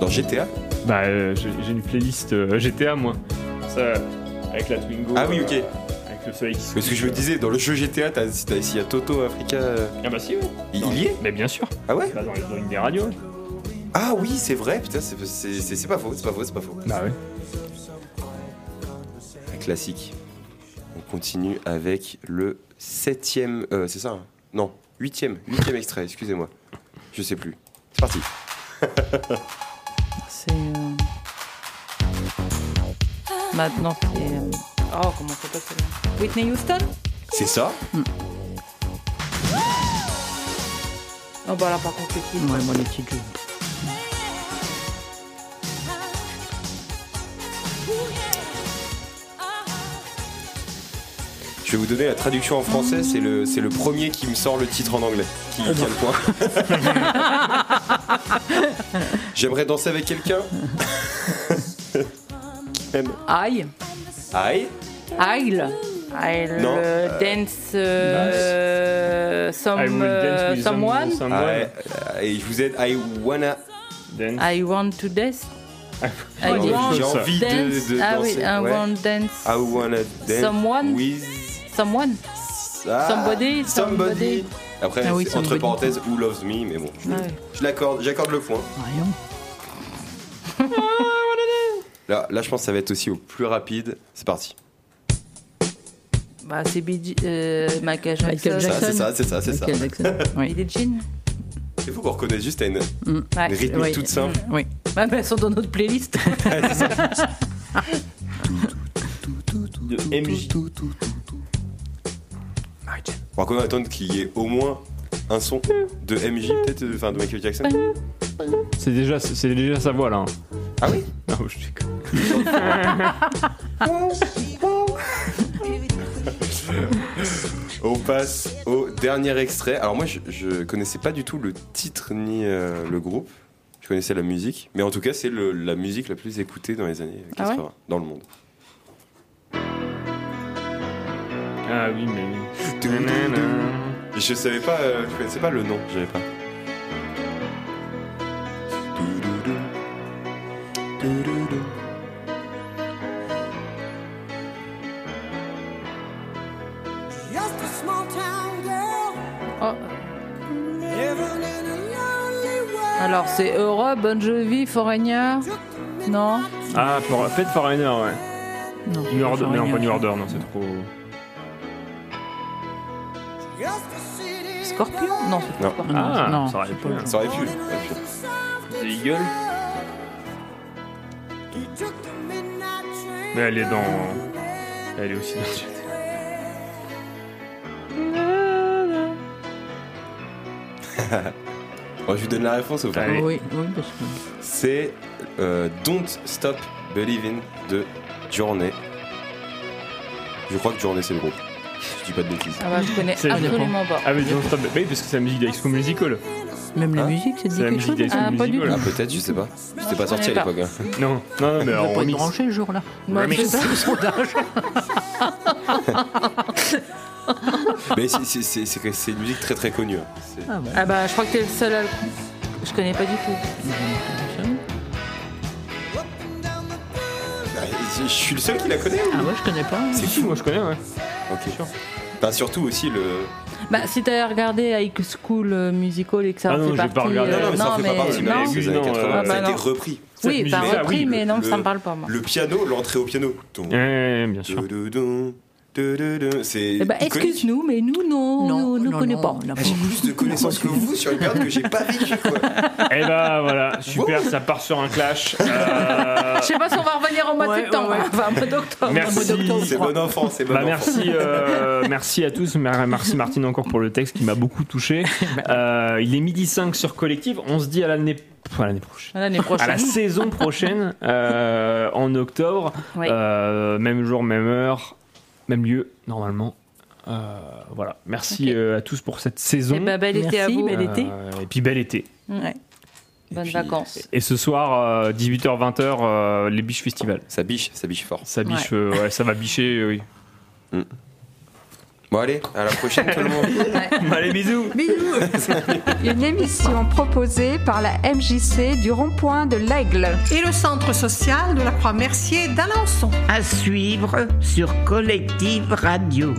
Speaker 5: Dans GTA
Speaker 4: Bah, euh, j'ai j'ai une playlist euh, GTA, moi. Ça, avec la Twingo.
Speaker 5: Ah oui,
Speaker 4: euh,
Speaker 5: ok.
Speaker 4: avec le soleil qui se
Speaker 5: Parce que je me disais, dans le jeu GTA, t'as- t'as- s'il y a Toto Africa. euh,
Speaker 4: Ah bah si, oui.
Speaker 5: Il il y est
Speaker 4: Mais bien sûr.
Speaker 5: Ah ouais
Speaker 4: Bah, dans, dans une des radios. ouais.
Speaker 5: Ah oui, c'est vrai, putain, c'est- c'est c'est- c'est pas faux, c'est pas faux, c'est pas faux.
Speaker 4: Bah ouais.
Speaker 5: Un classique. On continue avec le septième. euh, c'est ça hein Non, huitième. Huitième extrait, excusez-moi. Je sais plus. C'est parti.
Speaker 6: c'est. euh, Maintenant c'est. euh, Oh, comment ça s'appelle celle-là Whitney Houston
Speaker 5: C'est ça
Speaker 6: Oh bah là par contre les titres.
Speaker 8: Ouais, moi, les titres, je-
Speaker 5: Je vais vous donner la traduction en français, c'est le, c'est le premier qui me sort le titre en anglais. Qui tient le point. J'aimerais danser avec quelqu'un. Aime.
Speaker 6: Aïe.
Speaker 5: Aïe.
Speaker 6: I'll. I'll
Speaker 5: Non,
Speaker 6: euh,
Speaker 5: euh,
Speaker 6: dance euh, some,
Speaker 5: I will dance
Speaker 6: euh,
Speaker 5: with
Speaker 6: someone.
Speaker 5: Ah, euh, Et je vous aide, I wanna.
Speaker 6: I want to dance. I
Speaker 5: J'ai
Speaker 6: want
Speaker 5: j'ai envie de,
Speaker 6: dance.
Speaker 5: de
Speaker 6: ah oui, I
Speaker 5: danser. ouais.
Speaker 6: want dance.
Speaker 5: I wanna dance
Speaker 6: Someone.
Speaker 5: with
Speaker 6: Someone.
Speaker 5: Ah,
Speaker 6: Somebody, somebody.
Speaker 5: Après,
Speaker 6: Ah oui,
Speaker 5: c'est entre
Speaker 6: somebody.
Speaker 5: parenthèses, who loves me, mais bon, je,
Speaker 6: Ah oui.
Speaker 5: je l'accorde, j'accorde le point. Là, là, je pense que ça va être aussi au plus rapide. C'est parti.
Speaker 6: Bah, c'est BG, euh, Michael Jackson.
Speaker 5: Ça, C'est ça, c'est ça, c'est ça.
Speaker 6: Et des jeans.
Speaker 5: C'est fou qu'on reconnaisse juste à une,
Speaker 6: Mm, Ouais.
Speaker 5: une rythmique toute simple.
Speaker 6: Oui. Bah, bah, elles sont dans notre playlist.
Speaker 5: de MJ. Bon, quand même, attendre qu'il y ait au moins un son de MJ, peut-être, euh, enfin de Michael Jackson.
Speaker 4: C'est déjà, c'est déjà sa voix là. hein.
Speaker 5: Ah oui
Speaker 4: Non, je déconne.
Speaker 5: On passe au dernier extrait. Alors moi, je, je connaissais pas du tout le titre ni euh, le groupe. Je connaissais la musique, mais en tout cas, c'est le- la musique la plus écoutée dans les années
Speaker 6: Ah ouais
Speaker 5: 80 dans le monde.
Speaker 4: Ah oui, mais oui.
Speaker 5: Je savais pas, euh, je connaissais pas le nom, j'avais pas.
Speaker 6: Oh. Alors, c'est Europe, Bon Jovi, Foreigner. Non.
Speaker 4: Ah, pour, Fête Foreigner, ouais.
Speaker 6: Non,
Speaker 4: New Order, mais non,
Speaker 6: Foreigner.
Speaker 4: pas New Order, non, c'est trop.
Speaker 6: Scorpion Non, c'est pas
Speaker 5: Non.
Speaker 6: Scorpion.
Speaker 4: Ah,
Speaker 6: non.
Speaker 4: ça aurait pu. hein.
Speaker 5: Ça aurait pu.
Speaker 4: The Eagle. Mais elle est dans. Elle est aussi dans.
Speaker 5: Bon, je vous donne la réponse au
Speaker 4: Allez.
Speaker 8: Oui, oui, parce que.
Speaker 5: C'est euh, Don't Stop Believing de Journée. Je crois que Journée c'est le groupe. Je dis pas de bêtises.
Speaker 6: Ah bah, je connais
Speaker 4: C'est-
Speaker 6: absolument pas.
Speaker 4: Ah, mais non, stop. Mais parce que c'est la musique d'High School Musical.
Speaker 8: Même la
Speaker 5: Hein
Speaker 8: musique, c'est
Speaker 4: C'est la
Speaker 8: quelque
Speaker 4: musique
Speaker 8: chose.
Speaker 4: d'High School
Speaker 6: Ah, pas du
Speaker 4: Musical.
Speaker 5: Ah, peut-être, je sais pas. C'était pas
Speaker 6: je
Speaker 5: sorti à
Speaker 6: connais
Speaker 5: l'époque. hein.
Speaker 4: Non, non, non, mais
Speaker 8: On
Speaker 4: en
Speaker 8: peut pas être
Speaker 4: remix.
Speaker 8: branché le jour-là.
Speaker 6: Moi,
Speaker 4: Remix.
Speaker 6: je sais pas le sondage. Ah, bah.
Speaker 5: Mais c'est- c'est- c'est c'est que c'est une musique très très connue. hein. C'est-
Speaker 8: Ah bon.
Speaker 6: Ah bah, je crois que t'es le seul à... le- Je connais pas du tout.
Speaker 5: Bah, je suis le seul qui la connaît ou
Speaker 8: Ah, moi je connais pas.
Speaker 6: hein.
Speaker 4: C'est qui Moi je connais, ouais.
Speaker 5: Ok. Bah, surtout aussi le.
Speaker 6: Bah, si t'avais regardé High School Musical et que ça
Speaker 5: Ah
Speaker 6: en
Speaker 5: non,
Speaker 6: fait
Speaker 5: j'ai pas
Speaker 6: partie. euh,
Speaker 5: regardé. Non, non, mais ça en fait pas partie, mais
Speaker 6: non.
Speaker 5: les vues des années
Speaker 6: Non,
Speaker 5: 80,
Speaker 6: ah
Speaker 5: ça a été repris.
Speaker 6: Oui,
Speaker 5: euh, Cette
Speaker 6: par
Speaker 5: musique-là,
Speaker 6: repris,
Speaker 5: oui.
Speaker 6: mais non,
Speaker 5: Le-
Speaker 6: ça me parle pas, moi.
Speaker 5: Le piano, l'entrée au piano.
Speaker 4: bien sûr.
Speaker 5: C'est.
Speaker 6: Eh
Speaker 8: bah,
Speaker 6: ben,
Speaker 5: iconique.
Speaker 6: excuse-nous, mais nous, non, nous ne connaissons pas.
Speaker 5: Ah, J'ai plus de connaissances que vous sur une période que j'ai pas vécue.
Speaker 4: Eh bah voilà, super, ça part sur un clash. Euh,
Speaker 5: Bah,
Speaker 6: Je sais pas si on va revenir au mois de septembre, hein. enfin, au mois d'octobre.
Speaker 4: Merci.
Speaker 5: C'est bon enfant, c'est bon
Speaker 4: Bah,
Speaker 5: enfant.
Speaker 4: merci, euh, merci à tous. Mer- Merci Martine encore pour le texte qui m'a beaucoup touché.
Speaker 8: Bah.
Speaker 4: Euh, il est midi 5 sur Collective. On se dit à l'année enfin, à l'année prochaine.
Speaker 6: À l'année prochaine.
Speaker 4: À la saison prochaine, euh, en octobre.
Speaker 6: Oui.
Speaker 4: Euh, même jour, même heure, même lieu, normalement. Euh, voilà. Merci euh, à tous pour cette saison. Euh,
Speaker 6: Eh ben, bel été à Merci, vous. bel été.
Speaker 4: Et puis bel été.
Speaker 6: Ouais. Bonnes vacances.
Speaker 4: Et ce soir, euh, 18h-20h, euh, les biches festival.
Speaker 5: Ça biche, ça biche fort.
Speaker 4: Ça biche,
Speaker 6: Ouais.
Speaker 4: euh, ouais, ça va bicher, oui.
Speaker 5: Bon allez, à la prochaine tout le monde.
Speaker 4: allez, bisous.
Speaker 1: Une émission proposée par la MJC du rond-point de l'Aigle.
Speaker 2: Et le Centre social de la Croix-Mercier d'Alençon.
Speaker 3: À suivre sur Collective Radio.